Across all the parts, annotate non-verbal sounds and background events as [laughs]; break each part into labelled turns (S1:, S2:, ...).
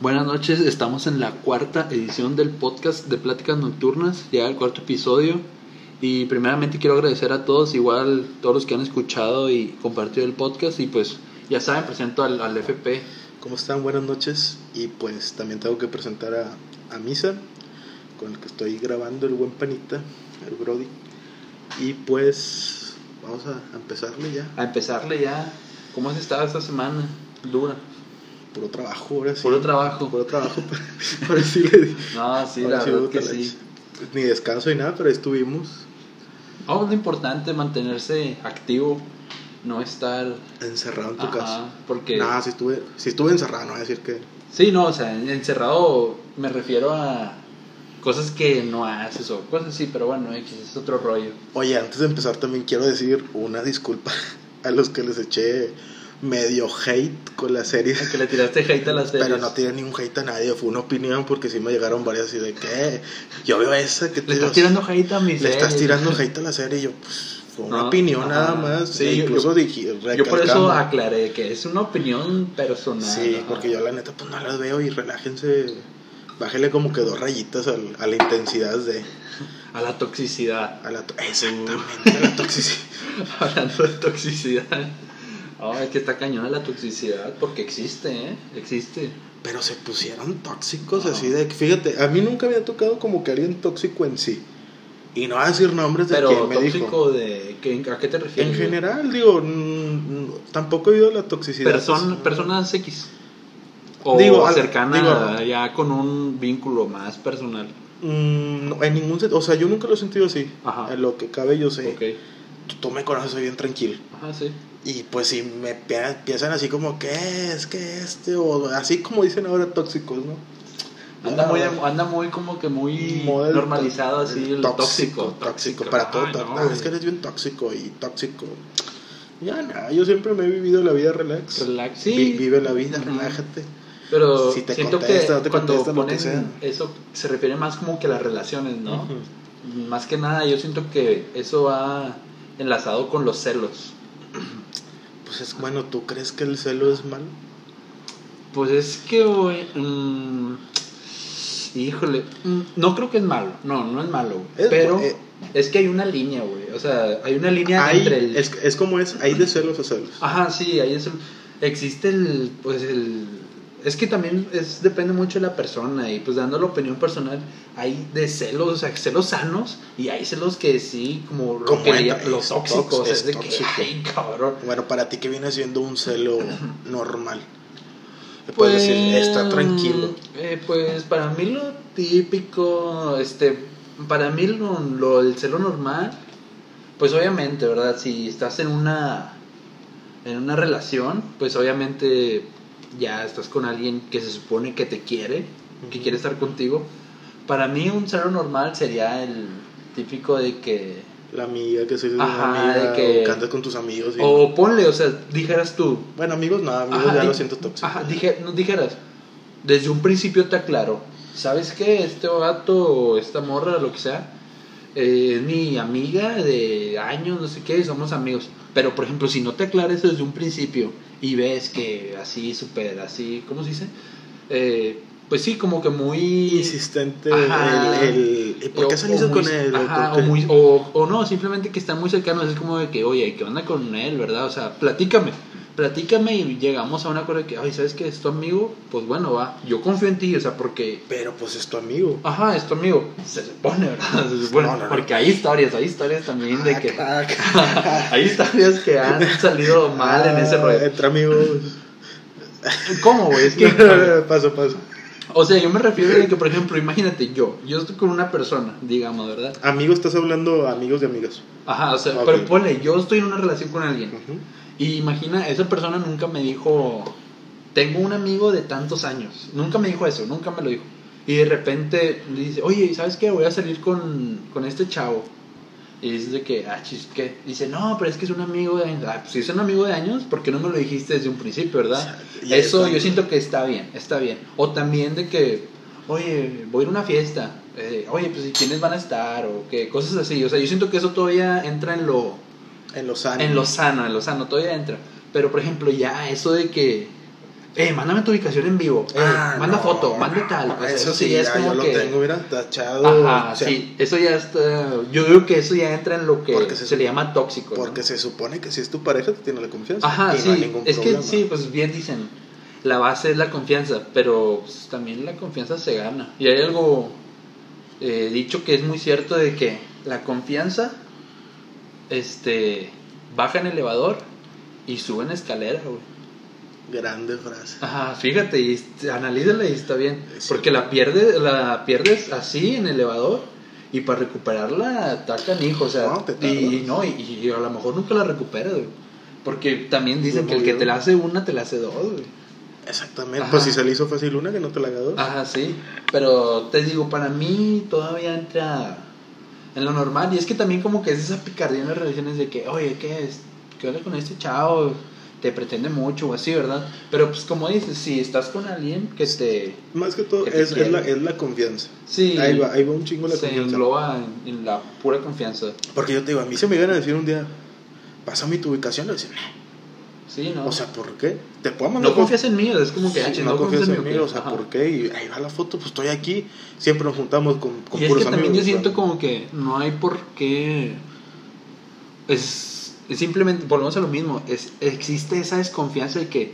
S1: Buenas noches, estamos en la cuarta edición del podcast de Pláticas Nocturnas, ya el cuarto episodio. Y primeramente quiero agradecer a todos, igual todos los que han escuchado y compartido el podcast. Y pues ya saben, presento al, al FP.
S2: ¿Cómo están? Buenas noches. Y pues también tengo que presentar a, a Misa, con el que estoy grabando el buen panita, el Brody. Y pues vamos a empezarle ya.
S1: A empezarle ya, ¿cómo has estado esta semana? Dura.
S2: Puro trabajo, ahora sí.
S1: Puro trabajo.
S2: Puro trabajo. [laughs] ahora sí le
S1: No, sí,
S2: ahora
S1: la
S2: sí
S1: verdad
S2: hubo
S1: que
S2: talacha.
S1: sí.
S2: Ni descanso ni nada, pero ahí estuvimos
S1: Oh, lo importante mantenerse activo, no estar.
S2: encerrado en tu
S1: Ajá,
S2: casa.
S1: porque.
S2: Nah, sí estuve, sí estuve encerrado, no voy a decir que.
S1: Sí, no, o sea, en- encerrado me refiero a cosas que no haces o cosas así, pero bueno, X es otro rollo.
S2: Oye, antes de empezar también quiero decir una disculpa [laughs] a los que les eché medio hate con la serie.
S1: Que le tiraste hate a las series.
S2: Pero no tiene ningún hate a nadie, fue una opinión porque sí me llegaron varias así de que yo veo esa que
S1: Le estás tirando hate a mis
S2: le estás tirando hate a la serie y yo pues fue una
S1: No,
S2: opinión
S1: ajá.
S2: nada más.
S1: Sí,
S2: e
S1: yo-
S2: incluso dije,
S1: Yo por eso ah,
S2: recalcamos.
S1: aclaré que es una opinión personal.
S2: Sí,
S1: ajá.
S2: porque yo la neta pues no las veo y relájense, bájele como que dos rayitas al- a la intensidad de
S1: A la toxicidad. [laughs]
S2: a la to- exactamente a la toxicidad.
S1: Hablando de toxicidad. Ay, que está cañona la toxicidad porque existe, ¿eh? Existe.
S2: [laughs] Pero se pusieron tóxicos
S1: Ajá.
S2: así de que, fíjate, a mí nunca me había tocado como que alguien tóxico en sí. Y no voy a decir nombres de
S1: Pero
S2: quien me dijo.
S1: tóxico de... ¿qué- ¿A qué te refieres?
S2: En general, digo, mm, tampoco he oído la toxicidad. pues,
S1: Person- personas X. O
S2: Digo, al-
S1: cercana
S2: digo-
S1: ya con un vínculo más personal.
S2: Mm, no, en ningún sentido. O sea, yo nunca lo he sentido así.
S1: Ajá.
S2: En lo que cabe, yo sé.
S1: Ok.
S2: Tú, tú me conoces, soy bien tranquilo.
S1: Ajá, sí.
S2: Y pues si me pia- empiezan así como, ¿qué es? que este? O así como dicen ahora tóxicos, ¿no?
S1: Anda
S2: Ah,
S1: muy, anda muy como que muy
S2: Model
S1: normalizado
S2: tó-
S1: así el tóxico.
S2: tóxico, para todo.
S1: Ay,
S2: tó-
S1: no,
S2: ah, es que
S1: güey.
S2: eres bien tóxico y tóxico. Ya, nada, yo siempre me he vivido la vida relax.
S1: Relax.
S2: Vi-
S1: Sí,
S2: vive la vida,
S1: Ujú.
S2: relájate.
S1: pero
S2: si te
S1: siento que
S2: contesta, no te
S1: cuando
S2: contesta, lo que
S1: ponen eso se refiere más como que a las relaciones, ¿no?
S2: Ujú.
S1: Más que nada yo siento que eso va enlazado con los celos.
S2: Pues es bueno, ¿tú crees que el celo es malo?
S1: Pues es que, güey, mm, híjole, mm, no creo que es malo, no, no es malo, güey,
S2: Es-
S1: pero
S2: eh,
S1: es que hay una línea, güey, o sea, hay una línea
S2: hay-
S1: entre el... Ah.
S2: es, es como es, hay de celos a celos.
S1: Ajá, sí, ahí es el- existe el, pues el... Es que también es, depende mucho de la persona y pues dando la opinión personal, hay de celos, o sea, celos sanos y hay celos que sí, como lo
S2: Como
S1: que
S2: entra-
S1: haría- los
S2: es
S1: tóxicos,
S2: tóxico,
S1: o sea,
S2: es
S1: es de que,
S2: tóxico.
S1: ay, cabrón.
S2: Bueno, para ti, ¿qué viene siendo un celo normal? Le
S1: Pues
S2: puedes decir, está tranquilo.
S1: eh, pues para mí lo típico, este, para mí lo, lo- el celo normal, pues obviamente, ¿verdad? Si estás en una, en una relación, pues obviamente ya estás con alguien que se supone que te quiere, que
S2: Ujú.
S1: quiere estar contigo. Para mí un celo normal sería el típico de que
S2: La amiga que soy
S1: mm. Ajá,
S2: una amiga,
S1: de que-
S2: o que andas con tus amigos. y-
S1: o ponle, o sea, dijeras tú,
S2: Bueno, amigos, no, amigos
S1: Ajá,
S2: ya
S1: di-
S2: lo siento tóxico.
S1: Ajá, dije, no dijeras, desde un principio te aclaro, ¿sabes qué? Este gato o esta morra, lo que sea, eh, es mi amiga de años, no sé qué, somos amigos. Pero, por ejemplo, si no te aclares desde un principio y ves que así, súper, así, ¿cómo se dice? Eh, pues sí, como que muy...
S2: Insistente.
S1: Ajá.
S2: El, el- ¿y ¿Por qué
S1: o-
S2: saliste
S1: o muy-
S2: con él?
S1: ajá,
S2: ¿Por
S1: o,
S2: qué?
S1: muy- o- o no, simplemente que está muy cercano, es como de que, oye, ¿qué onda con él, verdad? O sea, platícame, platícame y llegamos a un acuerdo de que, ay, ¿sabes qué? Es tu amigo, pues bueno, va, yo confío en ti, o sea, porque,
S2: Pero pues es tu amigo.
S1: ajá, es tu amigo, se supone, ¿verdad? [laughs] Se supone,
S2: No, no, no.
S1: porque hay historias, hay historias también de
S2: Ah,
S1: que,
S2: crack.
S1: [laughs] hay historias que han salido mal en ese
S2: Ah,
S1: rollo.
S2: Entre amigos.
S1: ¿Cómo, güey? Es
S2: No, no,
S1: que...
S2: no, [laughs] paso, paso.
S1: O sea, yo me refiero de que, por ejemplo, imagínate yo, yo estoy con una persona, digamos, ¿verdad?
S2: Amigo, estás hablando amigos de amigos.
S1: Ajá, o sea,
S2: Ok.
S1: pero ponle, yo estoy en una relación con alguien.
S2: Ujú.
S1: Y imagina, esa persona nunca me dijo, tengo un amigo de tantos años. Nunca me dijo eso, nunca me lo dijo. Y de repente le dice, oye, ¿sabes qué? Voy a salir con, con este chavo. Y dice de que, ah, chis, ¿qué? Dice, no, pero es que es un amigo de años. Ah, pues si es un amigo de años, ¿por qué no me lo dijiste desde un principio, verdad?
S2: O sea, ya
S1: eso
S2: está.
S1: yo siento que está bien, está bien. O también de que, oye, voy a ir a una fiesta. Eh, oye, pues ¿y quiénes van a estar? O que cosas así. O sea, yo siento que eso todavía entra en lo...
S2: En los años.
S1: En lo sano, en lo sano, todavía entra. Pero por ejemplo, ya eso de que Eh, mándame tu ubicación en vivo. Eh,
S2: Ah,
S1: manda
S2: no.
S1: foto, manda tal. pues, O sea,
S2: eso sí,
S1: ya
S2: ya, yo lo tengo, mira, tachado.
S1: Ajá,
S2: o sea,
S1: sí, eso ya está. Yo digo que eso ya entra en lo que
S2: Porque
S1: se,
S2: se-
S1: le llama tóxico. ¿no?
S2: Porque se supone que si es tu pareja, te tiene la confianza.
S1: Ajá,
S2: y
S1: sí.
S2: no hay ningún
S1: es
S2: problema.
S1: que sí, pues bien dicen, la base es la confianza, pero pues, también la confianza se gana. Y hay algo eh, dicho que es muy cierto de que la confianza este baja en elevador y sube en escalera, güey.
S2: Grande frase.
S1: Ajá, fíjate y est- analízala y está bien,
S2: Sí.
S1: porque la pierdes la pierdes así en elevador. Y para recuperarla atacan hijos, o sea,
S2: No, te
S1: y
S2: tardas.
S1: no, y, y a lo mejor nunca la recuperas, güey. Porque también dicen
S2: Bien
S1: que el que
S2: movido.
S1: te la hace una, te la hace dos, güey.
S2: Exactamente.
S1: Ajá. Ah,
S2: Pues si se le hizo fácil una, que no te la haga dos.
S1: Ajá, sí. Pero te digo, para mí todavía entra en lo normal. Y es que también como que es esa picardía en las relaciones de que, oye, ¿qué es? ¿Qué onda con este chavo? Te pretende mucho o así, ¿verdad? Pero pues como dices, si estás con alguien que te...
S2: Más que todo,
S1: Que te
S2: es, es la,
S1: quiere.
S2: es la confianza.
S1: Sí,
S2: Ahí va, ahí va un chingo la
S1: se
S2: confianza.
S1: engloba en, en la pura confianza.
S2: Porque yo te digo, a mí se me iban a decir un día, pásame tu ubicación. Le decía, "No".
S1: Sí, ¿no?
S2: o sea, ¿por qué? ¿Te puedo mandar
S1: Ah. no confías en mí, es como que...
S2: Sí,
S1: "Ah, ching,
S2: no confías en mí,
S1: qué?".
S2: o sea,
S1: Ajá.
S2: ¿por qué? Y ahí va la foto, pues estoy aquí, siempre nos juntamos con, con
S1: y es que
S2: puros
S1: también yo
S2: amigos,
S1: siento
S2: o sea,
S1: como que no hay por qué. Es, es simplemente, volvemos a lo mismo. Es, existe esa desconfianza de que,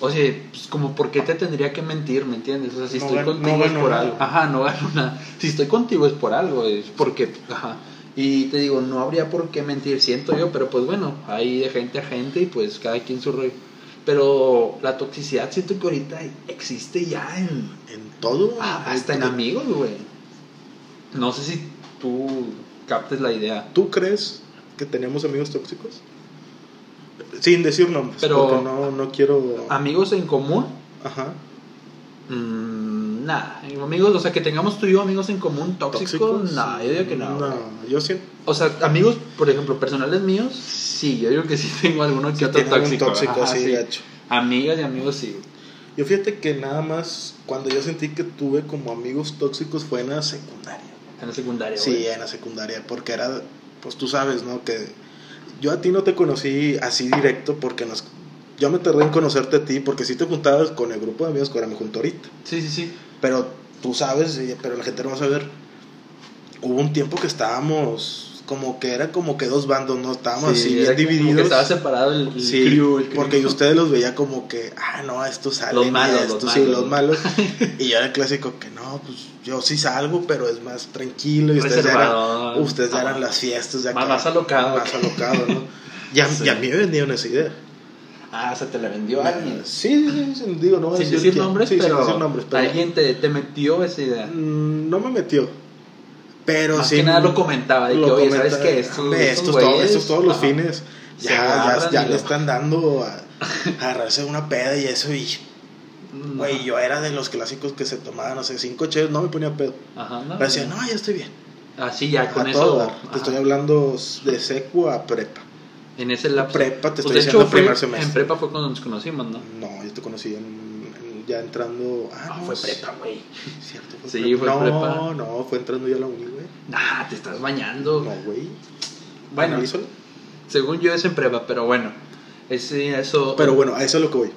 S1: o sea, pues como, ¿por qué te tendría que mentir? ¿Me entiendes? O sea, si
S2: No
S1: estoy
S2: gano-
S1: contigo
S2: no
S1: es
S2: gano
S1: por
S2: nada.
S1: algo. Ajá, no gano nada. Si estoy contigo es por algo, es porque, ajá. Y te digo, no habría por qué mentir, siento yo, pero pues bueno, hay de gente a gente y pues cada quien su rollo. Pero la toxicidad siento que ahorita existe ya en,
S2: En todo.
S1: Ah, hasta en amigos, güey. No sé si tú captes la idea.
S2: ¿Tú crees que tenemos amigos tóxicos? Sin decir nombres,
S1: Pero-
S2: porque no, no quiero...
S1: Amigos en común,
S2: Ajá.
S1: mm, nada. Amigos, o sea, que tengamos tú y yo amigos en común tóxicos,
S2: ¿Tóxicos?
S1: nada, yo digo que no. güey.
S2: No, yo siento...
S1: O sea, amigos, por ejemplo, personales míos, sí, yo digo que sí [laughs] tengo alguno que otro
S2: tiene algún
S1: tóxico.
S2: tóxico,
S1: Ajá,
S2: sí,
S1: sí.
S2: gacho.
S1: Amigas y amigos, sí.
S2: Yo fíjate que nada más cuando yo sentí que tuve como amigos tóxicos fue en la secundaria.
S1: En la secundaria,
S2: Sí, eh.
S1: güey.
S2: en la secundaria, porque era, pues tú sabes, ¿no? Que yo a ti no te conocí así directo porque nos, yo me tardé en conocerte a ti porque sí te juntabas con el grupo de amigos que ahora me junto ahorita.
S1: Sí, sí, sí.
S2: Pero tú sabes, y- pero la gente no va a saber. Hubo un tiempo que estábamos como que era como que dos bandos, ¿no?
S1: Sí,
S2: Estábamos así
S1: era como
S2: bien
S1: que
S2: divididos.
S1: Estaba separado el, el
S2: Sí,
S1: crew, el crew.
S2: porque yo a ustedes los veía como que, ah, no, estos salen.
S1: Los
S2: y
S1: malos,
S2: estos,
S1: los
S2: sí,
S1: malos.
S2: los
S1: [laughs]
S2: malos. y yo era el clásico que, no, pues yo sí salgo, pero es más tranquilo. Y ustedes ya eran,
S1: Reservado.
S2: ustedes ya
S1: Ajá.
S2: eran las fiestas. Ya
S1: Más-
S2: que-
S1: más alocado.
S2: Más alocado,
S1: [laughs]
S2: ¿no? Y a,
S1: Sí.
S2: y a mí me vendieron esa idea.
S1: Ah, se te la vendió alguien.
S2: Sí, sí, sí, digo, no voy a
S1: sin decir
S2: quién.
S1: nombres,
S2: Sí, sin
S1: pero
S2: decir nombres, pero-
S1: alguien te, te metió esa idea.
S2: Mm, No me metió. Pero
S1: Más
S2: sí.
S1: que nada lo comentaba, de que,
S2: lo
S1: oye,
S2: comenta-
S1: ¿sabes qué? Estos,
S2: Hombre,
S1: estos
S2: estos, todo-
S1: güeyes,
S2: estos todos los
S1: ajá,
S2: fines
S1: se
S2: ya,
S1: agarran
S2: ya, ya
S1: y
S2: le
S1: lo-
S2: están
S1: [laughs]
S2: dando a, a agarrarse una peda y eso. Y,
S1: mm,
S2: güey, yo era de los clásicos que se tomaban, no sé, cinco cheves, no me ponía pedo.
S1: Ajá, no.
S2: Pero decía, no, ya estoy bien.
S1: Así Ah. ya, con
S2: a
S1: eso.
S2: todo dar.
S1: ajá,
S2: Te estoy hablando de secu a prepa.
S1: En ese lapso.
S2: prepa, te
S1: Pues,
S2: estoy
S1: de
S2: diciendo
S1: hecho, fue-
S2: primer semestre.
S1: En prepa fue cuando nos conocimos, ¿no?
S2: No, yo te conocí en- en- ya entrando. Ah,
S1: Ah,
S2: no,
S1: fue
S2: sí,
S1: prepa, güey.
S2: Cierto,
S1: Sí, fue
S2: no,
S1: prepa.
S2: no, fue entrando ya a la uni, güey.
S1: Nah, te estás bañando.
S2: No, güey.
S1: bueno,
S2: ¿No hizo?
S1: según yo es en prepa, pero bueno. Ese, eso.
S2: Pero bueno, a eso es lo que voy.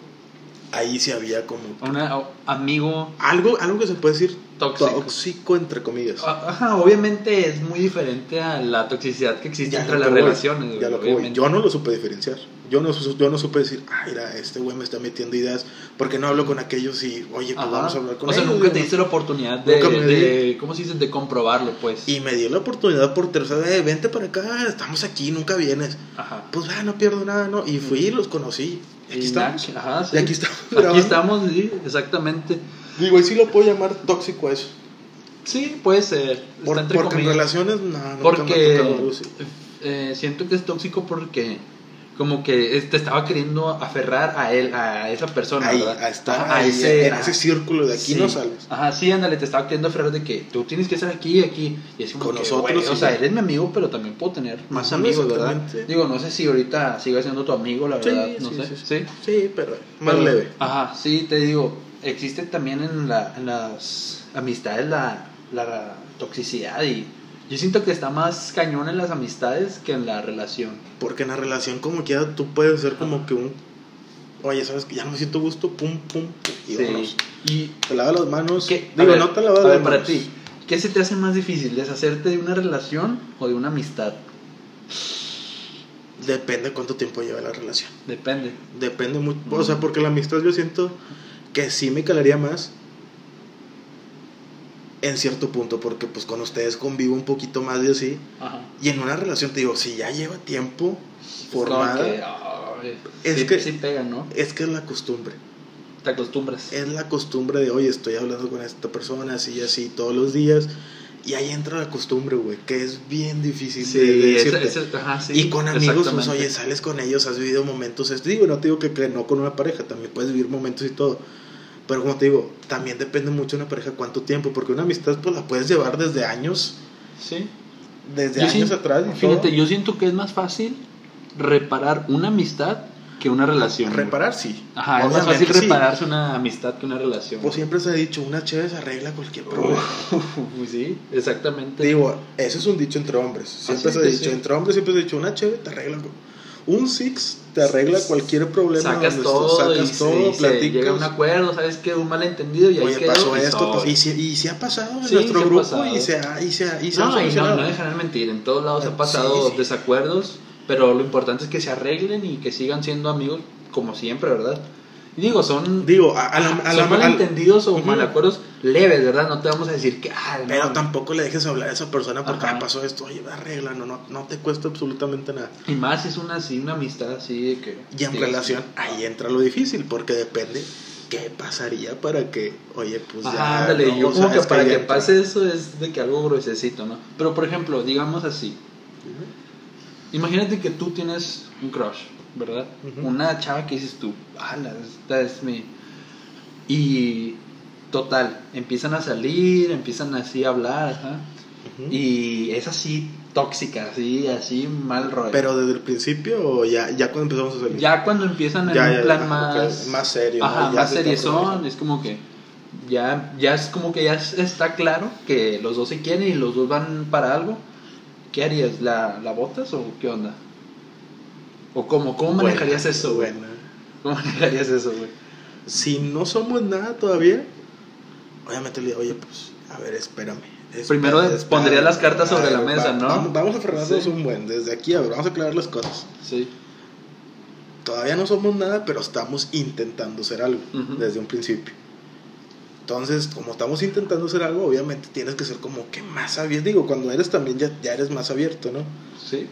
S2: Ahí sí había como
S1: Una, o- amigo
S2: algo, algo que se puede decir
S1: Tóxico. Ah,
S2: tóxico, entre comillas.
S1: A- Ajá, obviamente es muy diferente a la toxicidad que existe
S2: Ya
S1: entre
S2: lo
S1: las
S2: que voy,
S1: relaciones.
S2: ya
S1: güey,
S2: lo que voy.
S1: obviamente.
S2: Yo no lo supe diferenciar. Yo no, su- yo no supe decir, ah, mira, este güey me está metiendo ideas. Porque no hablo con aquellos y, oye, pues
S1: Ajá.
S2: vamos a hablar con
S1: O sea,
S2: ellos,
S1: nunca te
S2: ¿no?
S1: diste la oportunidad de,
S2: Nunca me
S1: de- ¿cómo se dice? De comprobarlo, pues.
S2: Y me dio la oportunidad por tercera vez, vente para acá, estamos aquí, nunca vienes.
S1: Ajá.
S2: Pues va, no pierdo nada, ¿no? Y fui y los conocí. Y aquí
S1: Y
S2: estamos.
S1: na- Ajá, sí.
S2: Y aquí estamos.
S1: Aquí
S2: grabando.
S1: estamos, sí, exactamente.
S2: Digo, y sí lo puedo llamar tóxico a eso.
S1: Sí, puede ser. Está
S2: Por-
S1: entre
S2: porque en
S1: comillas.
S2: relaciones, no, nunca me ha
S1: Porque
S2: tocado algo así.
S1: eh, siento que es tóxico porque como que es- te estaba queriendo aferrar a él, a esa persona,
S2: ahí,
S1: ¿verdad?
S2: a estar
S1: Ajá, a
S2: ahí,
S1: ese-
S2: en ese círculo de aquí
S1: Sí.
S2: no sales.
S1: Ajá, sí, ándale, te estaba queriendo aferrar de que tú tienes que estar aquí y aquí. Y es como
S2: Con
S1: que,
S2: nosotros
S1: güey, o
S2: y
S1: sea,
S2: ya.
S1: eres mi amigo, pero también puedo tener más
S2: Ujú,
S1: amigos, ¿verdad?
S2: exactamente.
S1: Digo, no sé si ahorita siga siendo tu amigo, la
S2: Sí,
S1: verdad, no
S2: sí,
S1: sé.
S2: sí, sí.
S1: ¿Sí?
S2: Sí, pero más
S1: Pero-
S2: leve.
S1: Eh, Ajá, sí, te digo, existe también en, la, en las amistades la, la toxicidad y yo siento que está más cañón en las amistades que en la relación.
S2: Porque en la relación como quiera tú puedes ser como que un... Oye, ¿sabes que Ya no me siento gusto, pum, pum, pum, y vámonos.
S1: Sí. Y
S2: Te lavas las manos.
S1: ¿Qué? A
S2: Digo,
S1: ver,
S2: no te lavas
S1: a
S2: las
S1: ver, para
S2: manos.
S1: ti, ¿qué se te hace más difícil? ¿Deshacerte de una relación o de una amistad?
S2: Depende cuánto tiempo lleva la relación.
S1: Depende.
S2: Depende mucho.
S1: Ujú.
S2: O sea, porque la amistad yo siento que sí me calaría más en cierto punto, porque pues con ustedes convivo un poquito más y así.
S1: Ajá.
S2: Y en una relación te digo, si ya lleva tiempo formada,
S1: es
S2: Pues, Es
S1: sí, que
S2: que-
S1: sí pega, ¿no?
S2: es que es la costumbre.
S1: Te acostumbras.
S2: Es la costumbre de, oye, estoy hablando con esta persona así y así todos los días. Y ahí entra la costumbre, güey, que es bien difícil de, de
S1: es-
S2: decirte.
S1: es- ajá, sí,
S2: y con amigos, pues
S1: exactamente.
S2: oye, sales con ellos, has vivido momentos. esto Digo, no te digo que, que no con una pareja, también puedes vivir momentos y todo. Pero como te digo, también depende mucho de una pareja cuánto tiempo, porque una amistad pues la puedes llevar desde años,
S1: Sí.
S2: desde
S1: Yo
S2: años
S1: siento-
S2: atrás. y
S1: Fíjate,
S2: todo.
S1: yo siento que es más fácil reparar una amistad que una relación. güey.
S2: reparar sí.
S1: Ajá, es más
S2: Obviamente,
S1: fácil
S2: sí.
S1: repararse una amistad que una relación. [laughs]
S2: Pues siempre se ha dicho, una chévere se arregla cualquier problema.
S1: Uy, Pues sí, exactamente.
S2: Digo, eso es un dicho entre hombres. Siempre
S1: Así
S2: se ha
S1: que
S2: dicho,
S1: Ah, sí.
S2: entre hombres siempre se ha dicho, una chévere te arregla. algo". Un six te arregla cualquier problema.
S1: sacas
S2: donde
S1: todo,
S2: estás,
S1: y
S2: sacas todo,
S1: se, y se
S2: platicas.
S1: llega a un acuerdo, sabes que un malentendido y ahí
S2: Oye,
S1: quedó,
S2: pasó
S1: y
S2: esto, pues,
S1: sobre.
S2: pasó- y, si, y si ha pasado en
S1: Sí,
S2: nuestro
S1: sí ha
S2: grupo
S1: pasado.
S2: y se ha, y se ha, y se ha
S1: no, y no,
S2: solucionado.
S1: no dejan de mentir, en todos lados han pasado
S2: Sí, sí.
S1: desacuerdos, pero lo importante es que se arreglen y que sigan siendo amigos como siempre, ¿verdad? Y digo, son,
S2: Digo, a, a la, a
S1: son
S2: la- al-
S1: malentendidos o
S2: Ujú.
S1: malacuerdos leves, ¿verdad? No te vamos a decir que... ah, no,
S2: pero tampoco le dejes hablar a esa persona porque
S1: Ajá.
S2: "Ah, pasó esto, oye, arregla, no, no, no te cuesta absolutamente nada.
S1: Y más es una, así, una amistad así de que...
S2: Y en
S1: digas,
S2: relación, ahí entra lo difícil porque depende qué pasaría para que, oye, pues
S1: Ajá,
S2: ya.
S1: ándale,
S2: no,
S1: yo
S2: o
S1: como
S2: sea,
S1: que
S2: es
S1: para
S2: ya
S1: que
S2: entra.
S1: pase eso es de que algo gruesecito, ¿no? Pero por ejemplo, digamos así,
S2: Ujú.
S1: Imagínate que tú tienes un crush, ¿verdad?
S2: Ujú.
S1: Una chava que dices tú, ala, esta es mi. Y total, empiezan a salir, empiezan así a hablar, ajá.
S2: Ujú.
S1: Y es así tóxica, así, así mal rollo.
S2: Pero desde el principio o ya, ya cuando empezamos a salir.
S1: ya cuando empiezan en
S2: Ya,
S1: un
S2: ya,
S1: plan
S2: ajá,
S1: más.
S2: ok, más serio, ¿no?
S1: Ajá,
S2: Ya
S1: más
S2: se está
S1: seriezón,
S2: aprovechando.
S1: es como que. Ya, ya es como que ya es- está claro que los dos se quieren y los dos van para algo. ¿Qué harías? ¿La, la botas o qué onda? ¿O cómo? ¿Cómo
S2: Buena,
S1: manejarías eso, güey?
S2: buena.
S1: ¿Cómo manejarías eso, güey?
S2: si no somos nada todavía, obviamente le digo, oye, pues, a ver, espérame. espérame,
S1: Primero de-
S2: espérame,
S1: pondría las cartas sobre
S2: a
S1: la mesa, ¿no?
S2: Vamos, vamos a frenarnos
S1: Sí.
S2: un buen, desde aquí, a ver, vamos a aclarar las cosas.
S1: Sí.
S2: Todavía no somos nada, pero estamos intentando ser algo
S1: Ujú.
S2: desde un principio. Entonces, como estamos intentando ser algo, obviamente tienes que ser como que más abierto. Digo, cuando eres también ya, ya eres más abierto, ¿no?
S1: Sí.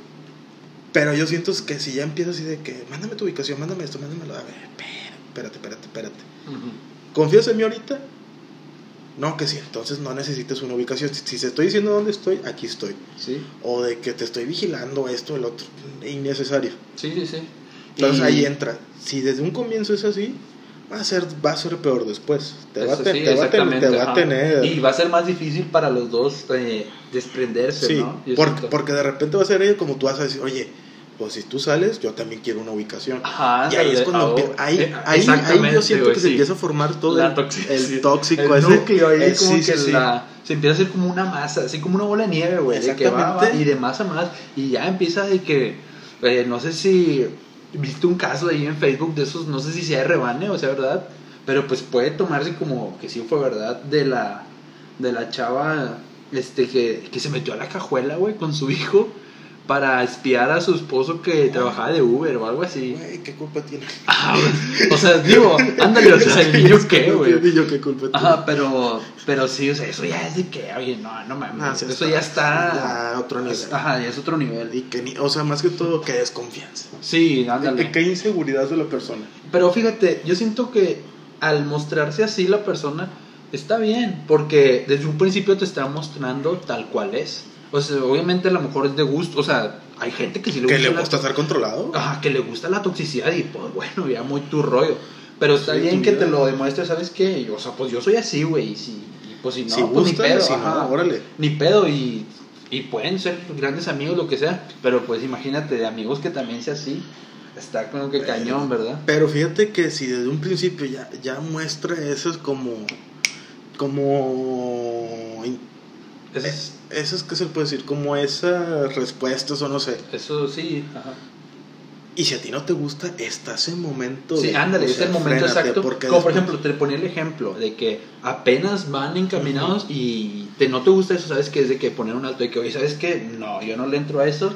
S2: Pero yo siento que si ya empiezas así de que, mándame tu ubicación, mándame esto, mándamelo. A ver, espérate, espérate, espérate, espérate.
S1: Ujú.
S2: ¿Confías en mí ahorita? No, que sí, entonces no necesitas una ubicación. Si, si te estoy diciendo dónde estoy, aquí estoy.
S1: Sí.
S2: O de que te estoy vigilando esto, el otro. Innecesario.
S1: Sí, sí, sí.
S2: Entonces
S1: Y-
S2: ahí entra. Si desde un comienzo es así, va a ser, va a ser peor después. Te va, a
S1: Eso
S2: te- eh.
S1: sí,
S2: te va a ten-
S1: exactamente,
S2: te va
S1: ajá.
S2: a tener.
S1: Y va a ser más difícil para los dos eh, desprenderse,
S2: sí,
S1: ¿no? Yo
S2: por-
S1: siento.
S2: porque de repente va a ser ello como tú vas a decir, oye, pues si tú sales, yo también quiero una ubicación.
S1: Ajá,
S2: Y ahí es
S1: ándale,
S2: cuando
S1: ahora-
S2: empie- ahí,
S1: eh,
S2: ahí, ahí
S1: exactamente,
S2: yo siento
S1: güey,
S2: que se
S1: sí.
S2: empieza a formar todo
S1: La
S2: el,
S1: toxicidad.
S2: el tóxico,
S1: el
S2: ese-
S1: núcleo ahí
S2: eh,
S1: como
S2: sí,
S1: que
S2: sí, sí.
S1: la se empieza a hacer como una masa así como una bola de nieve güey de que va, va,
S2: Exactamente.
S1: y de más a más y ya empieza de que eh, no sé si viste un caso ahí en Facebook de esos no sé si sea de rebane o sea verdad pero pues puede tomarse como que sí fue verdad de la de la chava este que, que se metió a la cajuela güey con su hijo para espiar a su esposo que trabajaba de Uber o algo así
S2: Güey, ¿qué culpa
S1: [laughs]
S2: tiene?
S1: Ah, güey. o sea digo ándale o sea ¿y yo qué güey
S2: ¿Y yo qué culpa tiene?
S1: Ajá, pero, pero sí, o sea, eso ya es de que, oye, no, no mames,
S2: Ah, sí,
S1: eso ya está,
S2: ya a otro nivel.
S1: ajá, ya es otro nivel.
S2: Y que ni- o sea, más que todo, que desconfianza.
S1: Sí, ándale.
S2: Que, que inseguridad de la persona.
S1: Pero fíjate, yo siento que al mostrarse así la persona está bien, porque desde un principio te está mostrando tal cual es. O sea, obviamente a lo mejor es de gusto, o sea, hay gente que sí le
S2: que
S1: gusta,
S2: le
S1: la-
S2: gusta estar controlado.
S1: ajá, que le gusta la toxicidad y pues bueno, ya muy tu rollo. Pero está
S2: Sí,
S1: bien
S2: tu
S1: que
S2: vida.
S1: te lo demuestres, ¿sabes qué? Y, O sea, pues yo soy así, güey, y si, y, pues si no,
S2: si
S1: pues
S2: gusta,
S1: ni pedo,
S2: si
S1: ajá.
S2: no, órale.
S1: ni pedo y, y pueden ser grandes amigos, lo que sea, pero pues imagínate de amigos que también sea así, está como que
S2: Pero-
S1: cañón, ¿verdad?
S2: Pero fíjate que si desde un principio ya, ya muestra esas como. como. in-
S1: Eso,
S2: eh.
S1: es-
S2: Esas que se puede decir, como esas respuestas o no sé.
S1: eso sí, ajá.
S2: Y si a ti no te gusta, estás en momento.
S1: Sí,
S2: de-
S1: ándale,
S2: o
S1: es
S2: sea,
S1: el momento
S2: frénate,
S1: exacto. Como
S2: porque
S1: por
S2: después-
S1: ejemplo, te ponía el ejemplo de que apenas van encaminados y te, no te gusta eso, ¿sabes? Que es de que poner un alto de que, oye, ¿sabes qué? No, yo no le entro a eso.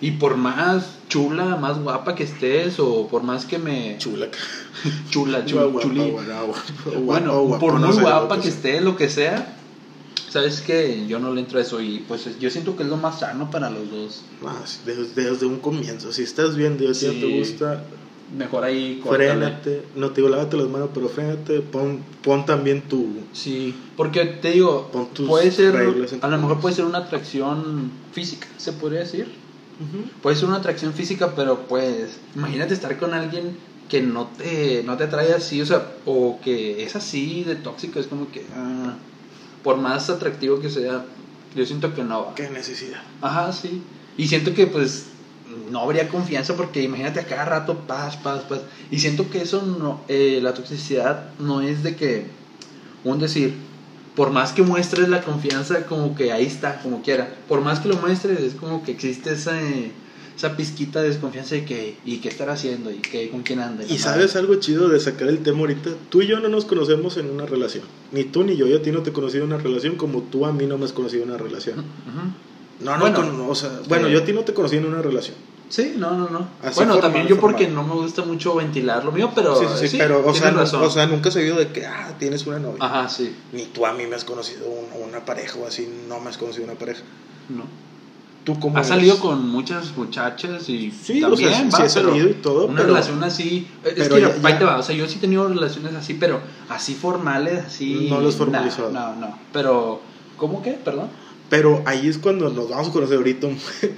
S1: Y por más chula, más guapa que estés, o por más que me.
S2: Chula. [laughs]
S1: Chula, chula,
S2: Guau, guau,
S1: chuli.
S2: guau, guau, guau,
S1: Bueno,
S2: guau, guau,
S1: por
S2: no
S1: muy
S2: sé,
S1: guapa
S2: no
S1: que
S2: sé.
S1: esté, lo que sea, ¿sabes que Yo no le entro a eso. Y pues yo siento que es lo más sano para los dos.
S2: Ah, sí, desde, desde un comienzo. Si estás viendo y a ti no te
S1: Sí.
S2: gusta,
S1: Mejor ahí, córtale.
S2: frénate. No te digo, lávate las manos, pero frénate. Pon, pon también tu.
S1: Sí, porque te digo,
S2: Pon tus
S1: puede ser,
S2: reglas en
S1: a
S2: tu
S1: lo mejor
S2: cabeza.
S1: puede ser una atracción física, se podría decir. Puede ser una atracción física, pero pues, imagínate estar con alguien que no te, no te atrae así, o sea, o que es así de tóxico, es como que, ah, por más atractivo que sea, yo siento que no va.
S2: Qué necesidad.
S1: Ajá, sí. Y siento que pues no habría confianza porque imagínate a cada rato paz, paz, paz. Y siento que eso no, eh, la toxicidad no es de que, un decir, por más que muestres la confianza, como que ahí está, como quiera. Por más que lo muestres, es como que existe esa, eh, esa pizquita de desconfianza de que, y qué estar haciendo, y que con quién anda. la
S2: Y
S1: madre.
S2: sabes algo chido de sacar el tema ahorita. Tú y yo no nos conocemos en una relación. Ni tú ni yo. Yo a ti no te he conocido en una relación como tú a mí no me has conocido en una relación.
S1: Ujú.
S2: No, no,
S1: Bueno.
S2: con- o sea, bueno,
S1: Eh.
S2: yo a ti no te conocí en una relación.
S1: Sí, no, no, no.
S2: Así
S1: bueno,
S2: formal,
S1: también yo porque
S2: formal.
S1: no me gusta mucho ventilar lo mío, pero
S2: sí, sí, sí, pero o
S1: tienes
S2: sea, nu-
S1: razón.
S2: o sea, nunca se vio de que, ah, tienes una novia.
S1: Ajá, sí.
S2: Ni tú a mí me has conocido un- una pareja o así, no me has conocido una pareja.
S1: No.
S2: ¿Tú cómo
S1: Ha
S2: eres?
S1: salido con muchas muchachas y
S2: Sí, o
S1: también
S2: sea, sí
S1: va,
S2: ha salido
S1: pero
S2: y todo,
S1: Una
S2: pero-
S1: relación así, eh, es
S2: pero
S1: que
S2: ya-
S1: mira, ahí
S2: ya-
S1: te va, o sea, yo sí he tenido relaciones así, pero así formales, así
S2: No lo has
S1: nah,
S2: formalizado.
S1: No, no, pero ¿cómo que?
S2: [laughs]
S1: Perdón.
S2: Pero ahí es cuando nos vamos a conocer ahorita.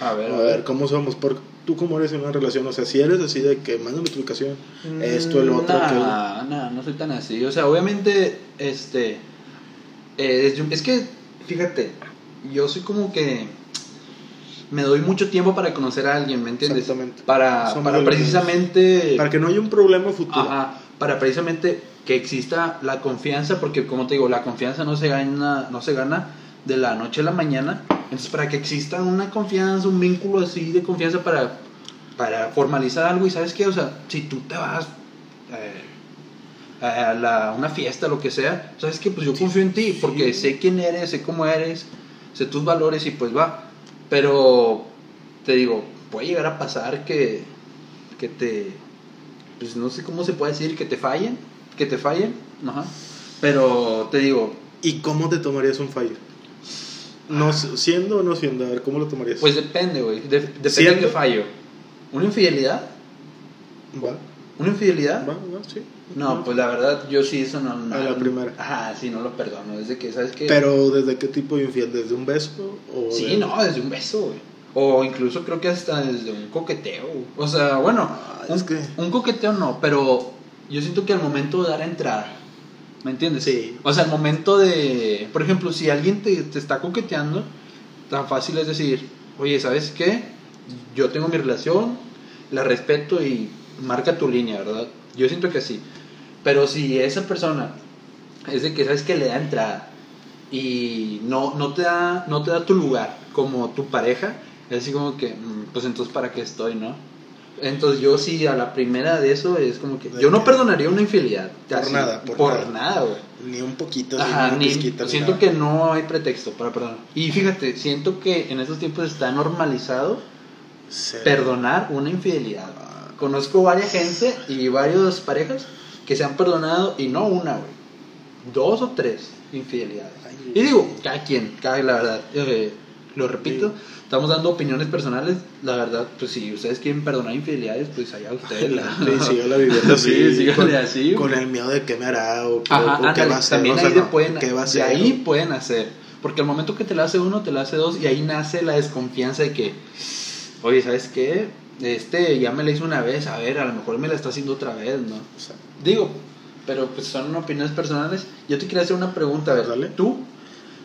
S1: A ver.
S2: A ver, ¿cómo somos? Por, ¿Tú cómo eres en una relación? O sea, si eres así de que mándame tu ubicación, esto, el otro,
S1: Nah,
S2: aquello.
S1: nah, no soy tan así, o sea, obviamente este eh, es, es que fíjate, yo soy como que me doy mucho tiempo para conocer a alguien, ¿me entiendes?
S2: Exactamente.
S1: Para,
S2: Somos
S1: para
S2: los mismos.
S1: precisamente
S2: Para que no haya un problema futuro.
S1: Ajá, para precisamente que exista la confianza, porque como te digo, la confianza no se gana, no se gana de la noche a la mañana. Entonces, para que exista una confianza, un vínculo así de confianza para, para formalizar algo, y sabes qué, o sea, si tú te vas eh, a la- una fiesta, lo que sea, sabes que pues yo confío en ti, porque sé quién eres, sé cómo eres, sé tus valores y pues va. Pero te digo, puede llegar a pasar que, que te, pues no sé cómo se puede decir, que te fallen, que te fallen, ajá. Pero te digo,
S2: ¿Y cómo te tomarías un fallo? No, s- siendo o no siendo, a ver, ¿cómo lo tomarías?
S1: Ah. pues depende, güey, de- depende de
S2: ¿Siendo?
S1: qué fallo. ¿Una infidelidad?
S2: va,
S1: ¿Una infidelidad?
S2: va, va, sí.
S1: No, pues la verdad, yo sí eso no... no
S2: A la primera.
S1: Ajá, sí, no lo perdono, es de que, ¿sabes qué?
S2: Pero ¿desde qué tipo de infiel? ¿Desde un beso? O
S1: eh. Sí,
S2: de-
S1: no, desde un beso, güey. O incluso creo que hasta desde un coqueteo. güey. O sea, bueno,
S2: Ay,
S1: un,
S2: Ah, es que-
S1: un coqueteo no, pero yo siento que al momento de dar entrada, ¿me entiendes?
S2: Sí.
S1: O sea, al momento de, por ejemplo, si alguien te, te está coqueteando, tan fácil es decir, oye, ¿sabes qué? Yo tengo mi relación, la respeto y marca tu línea, ¿verdad? Yo siento que sí. Pero si esa persona es de que sabes que le da entrada y no, no, te da, no te da tu lugar como tu pareja, es así como que, mm, pues entonces para qué estoy, ¿no? Entonces yo sí a la primera de eso es como que yo no perdonaría una infidelidad.
S2: Por nada, por
S1: por
S2: nada.
S1: nada, güey.
S2: Ni un poquito,
S1: Ajá,
S2: ni
S1: ni-
S2: una pizquita, ni
S1: siento
S2: nada.
S1: que no hay pretexto para perdonar. Y fíjate, siento que en estos tiempos está normalizado
S2: Se-
S1: perdonar una infidelidad. Conozco varias gente y varias parejas que se han perdonado y no una, güey. Dos o tres infidelidades.
S2: Ay,
S1: Y digo, cada quien, cada la verdad. eh, lo repito, estamos dando opiniones personales. La verdad, pues si ustedes quieren perdonar infidelidades, pues allá
S2: [laughs]
S1: ustedes.
S2: la- sí, sí, yo la viviendo así.
S1: [laughs] Sí, síganle
S2: con,
S1: así,
S2: Con
S1: güey.
S2: el miedo de qué me hará o, qué-
S1: Ajá,
S2: o qué
S1: ándale,
S2: va a hacer.
S1: también
S2: o sea,
S1: ahí de,
S2: no,
S1: pueden,
S2: qué va a
S1: de
S2: hacer,
S1: ahí pueden hacer. Porque al momento que te la hace uno, te la hace dos, y ahí nace la desconfianza de que, oye, ¿sabes qué? Este ya me la hizo una vez, a ver, a lo mejor me la está haciendo otra vez, ¿no?
S2: o sea,
S1: Digo, pero pues son opiniones personales. Yo te quería hacer una pregunta, a ver,
S2: Dale.
S1: ¿tú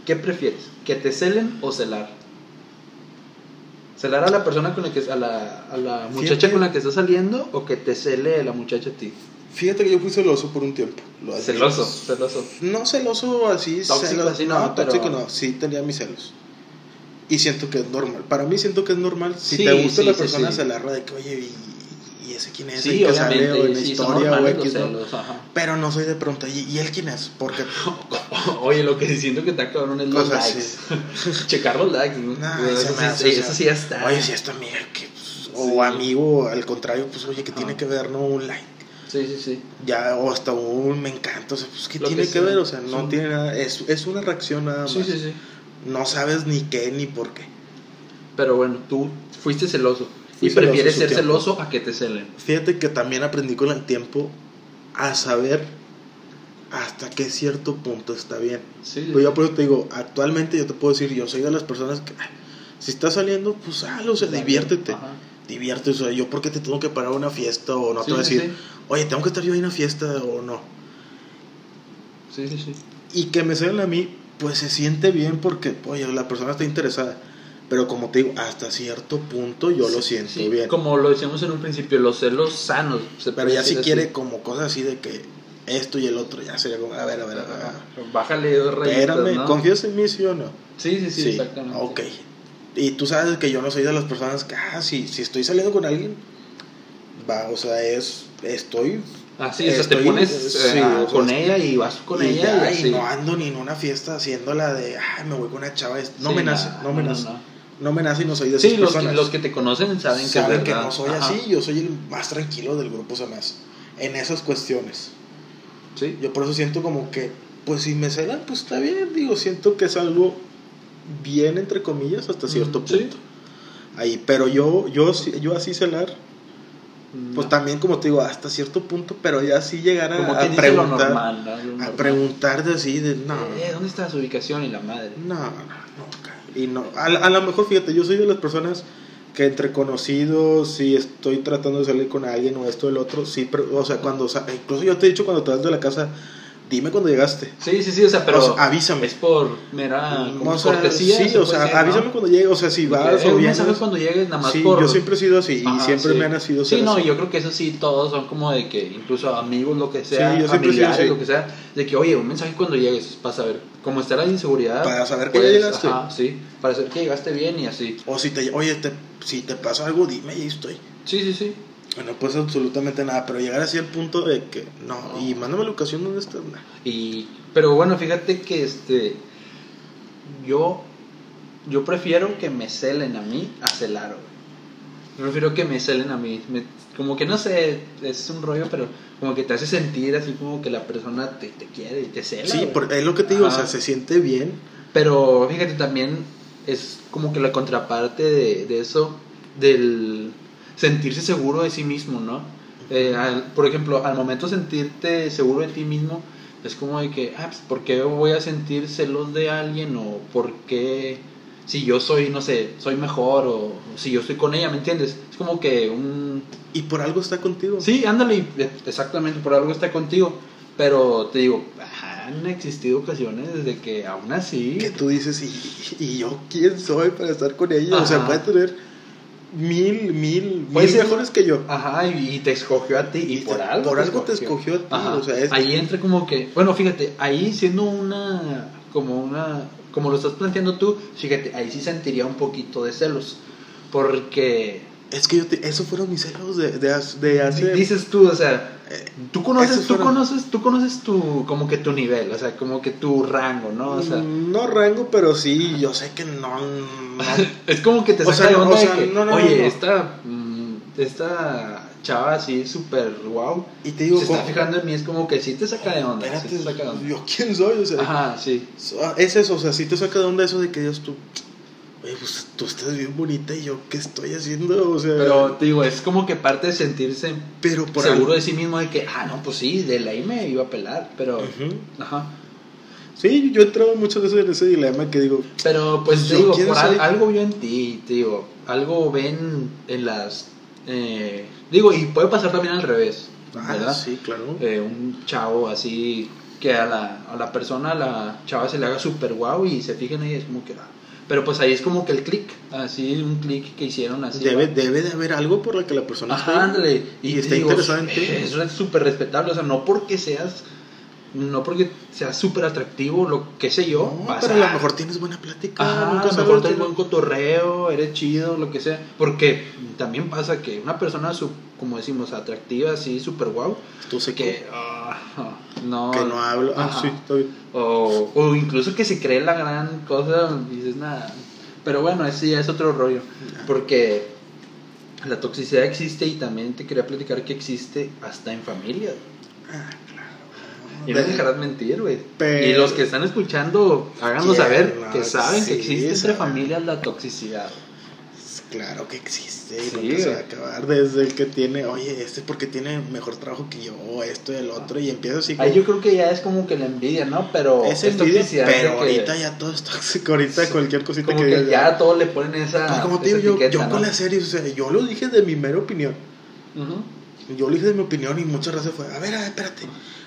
S1: qué prefieres? ¿Que te celen o celar? ¿Celar a la persona con la que, a la, a la muchacha
S2: Fíjate.
S1: con la que estás saliendo o que te cele la muchacha a ti?
S2: Fíjate que yo fui celoso por un tiempo. lo admito.
S1: Celoso, celoso.
S2: No celoso así,
S1: Tóxico
S2: celo-
S1: así no, pero-
S2: tóxico no, sí tenía mis celos. Y siento que es normal. Para mí siento que es normal. Si
S1: Sí,
S2: te gusta
S1: sí,
S2: la
S1: sí,
S2: persona,
S1: sí.
S2: se la de que, oye, y, ¿y ese quién es?
S1: Sí,
S2: ¿En qué
S1: obviamente,
S2: sale? ¿O en la
S1: sí, son
S2: historia? ¿O
S1: normales los
S2: X, no?
S1: celos, ajá. [laughs]
S2: Pero no soy de preguntar, ¿y, y él quién es? Porque,
S1: Oye, lo que siento que está cabrón es los
S2: Cosas
S1: likes. [laughs] Checar los likes, ¿no?
S2: nah,
S1: Güey,
S2: se
S1: eso,
S2: me
S1: sí,
S2: hace, o
S1: sí,
S2: sea,
S1: eso sí ya está.
S2: Oye, si es tu amiga, que, pues, o
S1: Sí. Ah.
S2: amigo, al contrario, pues oye, que
S1: Ajá.
S2: tiene que ver, no un like.
S1: Sí, sí, sí.
S2: Ya, o hasta un me encanta, o sea, pues, ¿qué
S1: Lo que
S2: tiene que,
S1: sea.
S2: ver? O sea, no
S1: Sí.
S2: tiene nada, es, es una reacción nada más.
S1: Sí, sí, sí.
S2: No sabes ni qué ni por qué.
S1: Pero bueno, tú fuiste celoso.
S2: Fui
S1: y prefieres ser
S2: celoso en su tiempo.
S1: celoso a que te celen.
S2: Fíjate que también aprendí con el tiempo a saber hasta qué cierto punto está bien.
S1: Sí,
S2: Pero Pues yo por eso te digo, actualmente yo te puedo decir, yo soy de las personas que, ah, si estás saliendo, pues hazlo, o sea, diviértete.
S1: Ajá.
S2: Diviértete, o sea, yo porque te tengo que parar a una fiesta o no
S1: Sí,
S2: te voy a
S1: sí,
S2: decir, oye, tengo que estar yo ahí en una fiesta o no.
S1: Sí, sí, sí.
S2: Y que me celen a mí, pues se siente bien porque, oye, la persona está interesada. Pero como te digo, hasta cierto punto yo lo
S1: Sí,
S2: siento
S1: sí,
S2: bien.
S1: Como lo decíamos en un principio, los celos sanos. se
S2: Pero
S1: puede
S2: ya si
S1: decir
S2: quiere
S1: así.
S2: como cosas así de que esto y el otro, ya sería como, a ver, a ver, a ver. a ver.
S1: Bájale dos rayitas,
S2: Espérame,
S1: ¿no?
S2: ¿confías en mí, sí o no?
S1: Sí, sí, sí, exactamente.
S2: Ok. Y tú sabes que yo no soy de las personas que, ah, si, si estoy saliendo con alguien, va, o sea, es, estoy.
S1: Así, o sea, te
S2: Estoy-
S1: pones
S2: sí,
S1: eh,
S2: o sea,
S1: con ella y vas con
S2: y
S1: ella
S2: ya,
S1: y
S2: y
S1: así.
S2: no ando ni en una fiesta haciéndola de, ah, me voy con una chava. es- No
S1: Sí,
S2: me nace,
S1: nah,
S2: no me
S1: no,
S2: nace.
S1: no.
S2: No me nace y no soy de esas
S1: Sí, los que,
S2: personas.
S1: los que te conocen saben,
S2: Saben
S1: que,
S2: que,
S1: es verdad.
S2: no soy
S1: Ajá.
S2: así, yo soy el más tranquilo del grupo, se me hace, En esas cuestiones.
S1: Sí.
S2: Yo por eso siento como que, pues si me celan, pues está bien, digo, siento que es algo bien, entre comillas, hasta cierto
S1: Mm, sí.
S2: punto. Ahí, pero yo, yo, sí- yo así celar, pues
S1: No.
S2: también como te digo, hasta cierto punto, pero ya sí llegar
S1: Mm.
S2: a,
S1: Como
S2: a
S1: quien dice lo
S2: preguntar,
S1: normal, ¿no? Lo
S2: a
S1: normal.
S2: preguntar de así, de no,
S1: Eh, ¿Dónde está su ubicación y la madre?
S2: no, no, nunca. Y no, a, la- a lo mejor, fíjate, yo soy de las personas que entre conocidos, si estoy tratando de salir con alguien o esto o el otro, sí, pero, o sea, cuando, sa- incluso yo te he dicho cuando te vas de la casa, dime cuando llegaste.
S1: Sí, sí, sí, o sea, pero
S2: O sea, avísame.
S1: es por mera como
S2: O sea,
S1: cortesía. pues, eh,
S2: Sí,
S1: se
S2: o
S1: puede
S2: sea,
S1: decir, ¿no?
S2: avísame cuando llegue, o sea, si
S1: Porque,
S2: vas
S1: eh,
S2: o
S1: uno
S2: vienes.
S1: sabe cuando llegues, nada más
S2: Sí,
S1: por...
S2: yo siempre he sido así
S1: Ajá,
S2: y siempre
S1: sí.
S2: me han sido
S1: Sí,
S2: ser
S1: no,
S2: así.
S1: yo creo que eso sí, todos son como de que, incluso amigos, lo que sea,
S2: Sí, yo siempre he sido
S1: familiares,
S2: así.
S1: lo que sea, de que, oye, un mensaje cuando llegues, para saber cómo está la inseguridad. pues,
S2: Para saber que ya llegaste.
S1: Ajá, sí, para saber que llegaste bien y así.
S2: O si te, oye, te- si te pasa algo, dime y ahí estoy.
S1: Sí, sí, sí.
S2: No pasa absolutamente nada, pero llegar así al punto de que no,
S1: No.
S2: y mándame la ocasión donde estás. nah.
S1: Y, pero bueno, fíjate que este, yo, yo prefiero que me celen a mí a celar, güey. Yo prefiero que me celen a mí. Me- como que no sé, es un rollo, pero como que te hace sentir así como que la persona te, te quiere y te cela.
S2: Sí,
S1: güey.
S2: por- es lo que te digo, o sea,
S1: Ajá.
S2: se siente bien.
S1: Pero fíjate también es como que la contraparte de, de eso, del sentirse seguro de sí mismo, ¿no? Eh, al- por ejemplo, al momento de sentirte seguro de ti mismo, es como de que, ah, pues, ¿por qué voy a sentir celos de alguien? O ¿por qué si yo soy, no sé, soy mejor? O si yo estoy con ella, ¿me entiendes? Es como que un...
S2: Y por algo está contigo.
S1: Sí, ándale, y- e- exactamente, por algo está contigo. Pero te digo, han existido ocasiones desde que aún así...
S2: Que tú dices, ¿y, y yo quién soy para estar con ella? O sea,
S1: Ajá.
S2: puede tener mil, mil,
S1: Puede
S2: mil
S1: ser-
S2: mejores que yo.
S1: Ajá, y, y te escogió a ti, y,
S2: Y
S1: por
S2: te-
S1: algo.
S2: por algo te escogió a ti,
S1: Ajá.
S2: o sea, es-
S1: Ahí entra como que, bueno, fíjate, ahí siendo una, como una, como lo estás planteando tú, fíjate, ahí sí sentiría un poquito de celos, porque
S2: Es que yo te, esos fueron mis celos de, de, hace- de hace.
S1: dices tú, o sea,
S2: eh,
S1: tú conoces,
S2: esos
S1: tú
S2: fueron-
S1: conoces, tú conoces tu, como que tu nivel, o sea, como que tu rango, ¿no? O sea,
S2: Mm, no rango, pero sí, yo sé que no. no-
S1: es como que te
S2: O
S1: saca
S2: sea,
S1: de
S2: no,
S1: onda
S2: o
S1: de
S2: sea,
S1: que,
S2: no, no,
S1: oye,
S2: no, no.
S1: esta, mm, esta chava así, súper wow,
S2: y te digo,
S1: se está
S2: como-
S1: fijando en mí, es como que sí te saca de onda, sí
S2: Espérate,
S1: te saca de onda.
S2: yo quién soy, o sea.
S1: Ajá, sí.
S2: so- Es eso, o sea, si te saca de onda eso de que Dios tú. Oye, pues tú estás bien bonita y yo, ¿qué estoy haciendo? O sea.
S1: Pero te digo, es como que parte de sentirse
S2: pero por
S1: seguro
S2: algo-
S1: de sí mismo de que, ah, no, pues sí, de la I me iba a pelar, pero.
S2: Ujú.
S1: Ajá.
S2: Sí, yo he entrado muchas veces en ese dilema que digo,
S1: Pero pues te
S2: Yo
S1: digo,
S2: quiero
S1: por al-
S2: saber-
S1: algo vio en ti, te digo, algo ven en las. eh, digo, y puede pasar también al revés,
S2: ah,
S1: ¿verdad?
S2: sí, claro.
S1: Eh, un chavo así que a la, a la persona, a la chava se le haga súper guau y se fijen ahí, es como que. ah. Pero pues ahí es como que el click, así, un click que hicieron así.
S2: debe,
S1: va.
S2: debe de haber algo por la que la persona
S1: Ajá,
S2: está-
S1: ándale.
S2: Y
S1: te
S2: está interesante.
S1: Eso eh, es súper respetable. O sea, no porque seas. No porque seas súper atractivo, lo que sé yo.
S2: No,
S1: vas
S2: pero a lo
S1: a-
S2: mejor tienes buena plática.
S1: Ajá, a lo
S2: sabes,
S1: mejor traes
S2: tienes-
S1: buen cotorreo, eres chido, lo que sea. Porque también pasa que una persona su- como decimos, atractiva, así, súper guau.
S2: Tú sé
S1: Que,
S2: que,
S1: ah, no.
S2: que no hablo. Ah,
S1: Ajá.
S2: sí, está bien.
S1: O, o incluso que se cree la gran cosa, dices nada. Pero bueno, ese ya es otro rollo. Porque la toxicidad existe y también te quería platicar que existe hasta en familia. Y no me
S2: De-
S1: dejarás mentir, güey.
S2: Pero-
S1: Y los que están escuchando, háganos
S2: Quiero
S1: saber que
S2: la-
S1: saben
S2: sí,
S1: que existe entre
S2: saben.
S1: familias la toxicidad.
S2: Claro que existe, y
S1: Sí,
S2: nunca se va a
S1: güey.
S2: acabar. Desde el que tiene, oye, este porque tiene mejor trabajo que yo, esto y el otro, y empieza así.
S1: Ahí
S2: como-
S1: yo creo que ya es como que la envidia, ¿no? Pero
S2: es envidia,
S1: de
S2: pero
S1: que-
S2: ahorita ya todo es tóxico. [laughs] Ahorita
S1: Sí.
S2: cualquier cosita
S1: como
S2: que,
S1: que,
S2: digas, "Ah,
S1: ya a todos le ponen esa.
S2: Pues como te
S1: Ah, esa
S2: digo, yo,
S1: etiqueta,
S2: yo con
S1: ¿no?
S2: las series, o sea, yo lo dije de mi mera opinión.
S1: Ujú.
S2: Yo lo dije de mi opinión y muchas veces fue, a ver, a ver, espérate.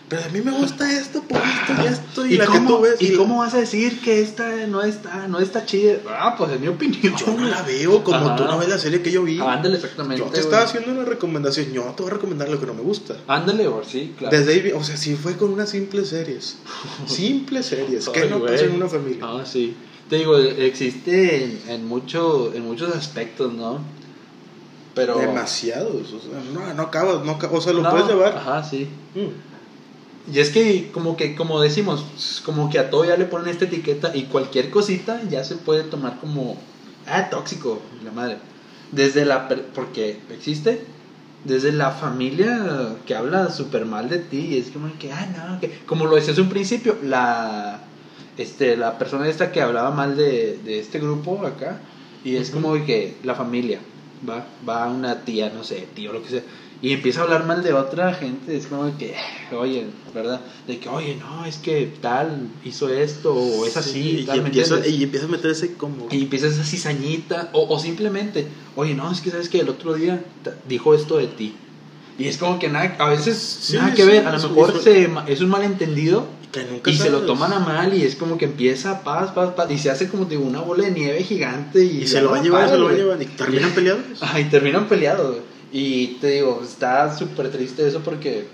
S2: Pero a mí me gusta esto, por esto y esto, Pues, y,
S1: ¿Y,
S2: la
S1: cómo,
S2: que tú ves.
S1: ¿y
S2: la-
S1: cómo vas a decir que esta no está, no está chida? Ah, pues en mi opinión.
S2: Yo no la veo como
S1: Ajá.
S2: tú no ves la serie que yo vi.
S1: Ah, Ándale, exactamente.
S2: yo te
S1: güey.
S2: estaba haciendo una recomendación, yo no te voy a recomendar lo que no me gusta.
S1: Ándale, güey, sí, claro.
S2: Desde ahí, vi- o sea, sí fue con unas simples
S1: [laughs]
S2: series. simples series, que
S1: Ay,
S2: no
S1: güey.
S2: pasa en una familia.
S1: Ah, sí. Te digo, existe en, en mucho, en muchos aspectos, ¿no? Pero.
S2: Demasiados, o sea, no, no acabas, no acabas, o sea, lo
S1: No,
S2: puedes llevar.
S1: Ajá, sí.
S2: Mm,
S1: Y es que, como que, como decimos, como que a todo ya le ponen esta etiqueta y cualquier cosita ya se puede tomar como, ah, tóxico, la madre. Desde la, per- porque existe, desde la familia que habla súper mal de ti, y es como que, ah, no, que, como lo decías un principio, la, este, la persona esta que hablaba mal de, de este grupo acá, y es como que la familia, va, va una tía, no sé, tío, lo que sea, y empieza a hablar mal de otra gente, es como que, oye, ¿verdad? De que, oye, no, es que tal hizo esto, o es así,
S2: sí,
S1: tal,
S2: y,
S1: ¿me
S2: empieza,
S1: entiendes?
S2: y empieza a meter ese como.
S1: Y empieza esa cizañita, o, o simplemente, oye, no, es que sabes que el otro día ta- dijo esto de ti. Y es como que nada, a veces
S2: Sí,
S1: nada que
S2: sí,
S1: ver, a lo
S2: eso-
S1: mejor
S2: eso-
S1: se ma- es un malentendido
S2: que nunca
S1: y se lo
S2: sabes.
S1: toman a mal y es como que empieza paz, paz, paz, y se hace como digo, una bola de nieve gigante y,
S2: Y,
S1: ya
S2: se lo
S1: no
S2: va a llevar,
S1: para,
S2: se lo va a
S1: güey.
S2: llevar. Y terminan peleados.
S1: Ajá, y terminan peleados. güey. Y te digo, está súper triste eso porque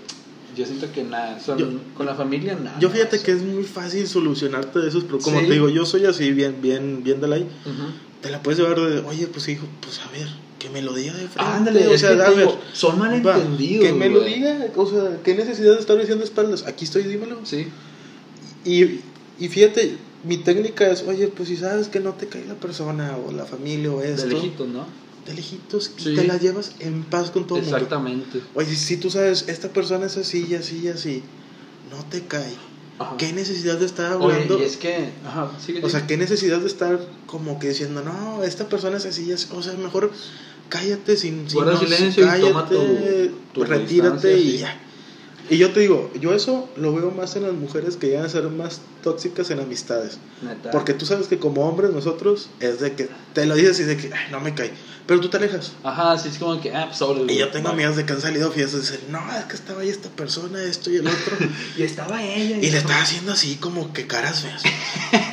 S1: yo siento que nada, son-
S2: Yo-
S1: con la familia nada.
S2: Yo fíjate que es muy fácil solucionarte de esos, pero como
S1: Sí.
S2: te digo, yo soy así, bien, bien, bien de la
S1: Ujú.
S2: Te la puedes llevar de, oye, pues hijo, pues a ver, que me lo diga de frente.
S1: Ándale,
S2: o
S1: es
S2: sea,
S1: que te
S2: a ver,
S1: digo, son
S2: va,
S1: malentendidos.
S2: que me lo
S1: güey.
S2: diga, o sea, qué necesidad de estar diciendo espaldas. Aquí estoy, dímelo.
S1: Sí.
S2: Y, y fíjate, mi técnica es, oye, pues si sabes que no te cae la persona o la familia o esto,
S1: De lejitos, ¿no?
S2: de lejitos, y
S1: Sí.
S2: te la llevas en paz con todo el mundo.
S1: Exactamente.
S2: Oye, si, si tú sabes, esta persona es así y así y así, no te cae.
S1: Ajá.
S2: ¿Qué necesidad de estar
S1: Ah. Oye,
S2: hablando?
S1: y es que. Ajá, sigue,
S2: O sea,
S1: sigue.
S2: ¿qué necesidad de estar como que diciendo, no, esta persona es así, es- o sea, mejor cállate sin... sin
S1: Guarda
S2: no,
S1: silencio y
S2: cállate,
S1: toma tu- tu
S2: retírate
S1: distancia,
S2: y
S1: sí.
S2: ya. Y yo te digo, yo eso lo veo más en las mujeres que llegan a ser más tóxicas en amistades.
S1: Neta.
S2: Porque tú sabes que como hombres nosotros es de que te lo dices y de que, "Ay, no me cae, pero tú te alejas.
S1: Ajá, sí, es como que. Ah, pues, órale,
S2: Y yo
S1: güey,
S2: tengo
S1: va.
S2: amigas de que han salido fiestas y dicen, no, es que estaba ahí esta persona, esto y el
S1: [laughs]
S2: otro.
S1: Y estaba ella.
S2: y le estaba haciendo así como que caras
S1: [laughs]
S2: feas. [laughs]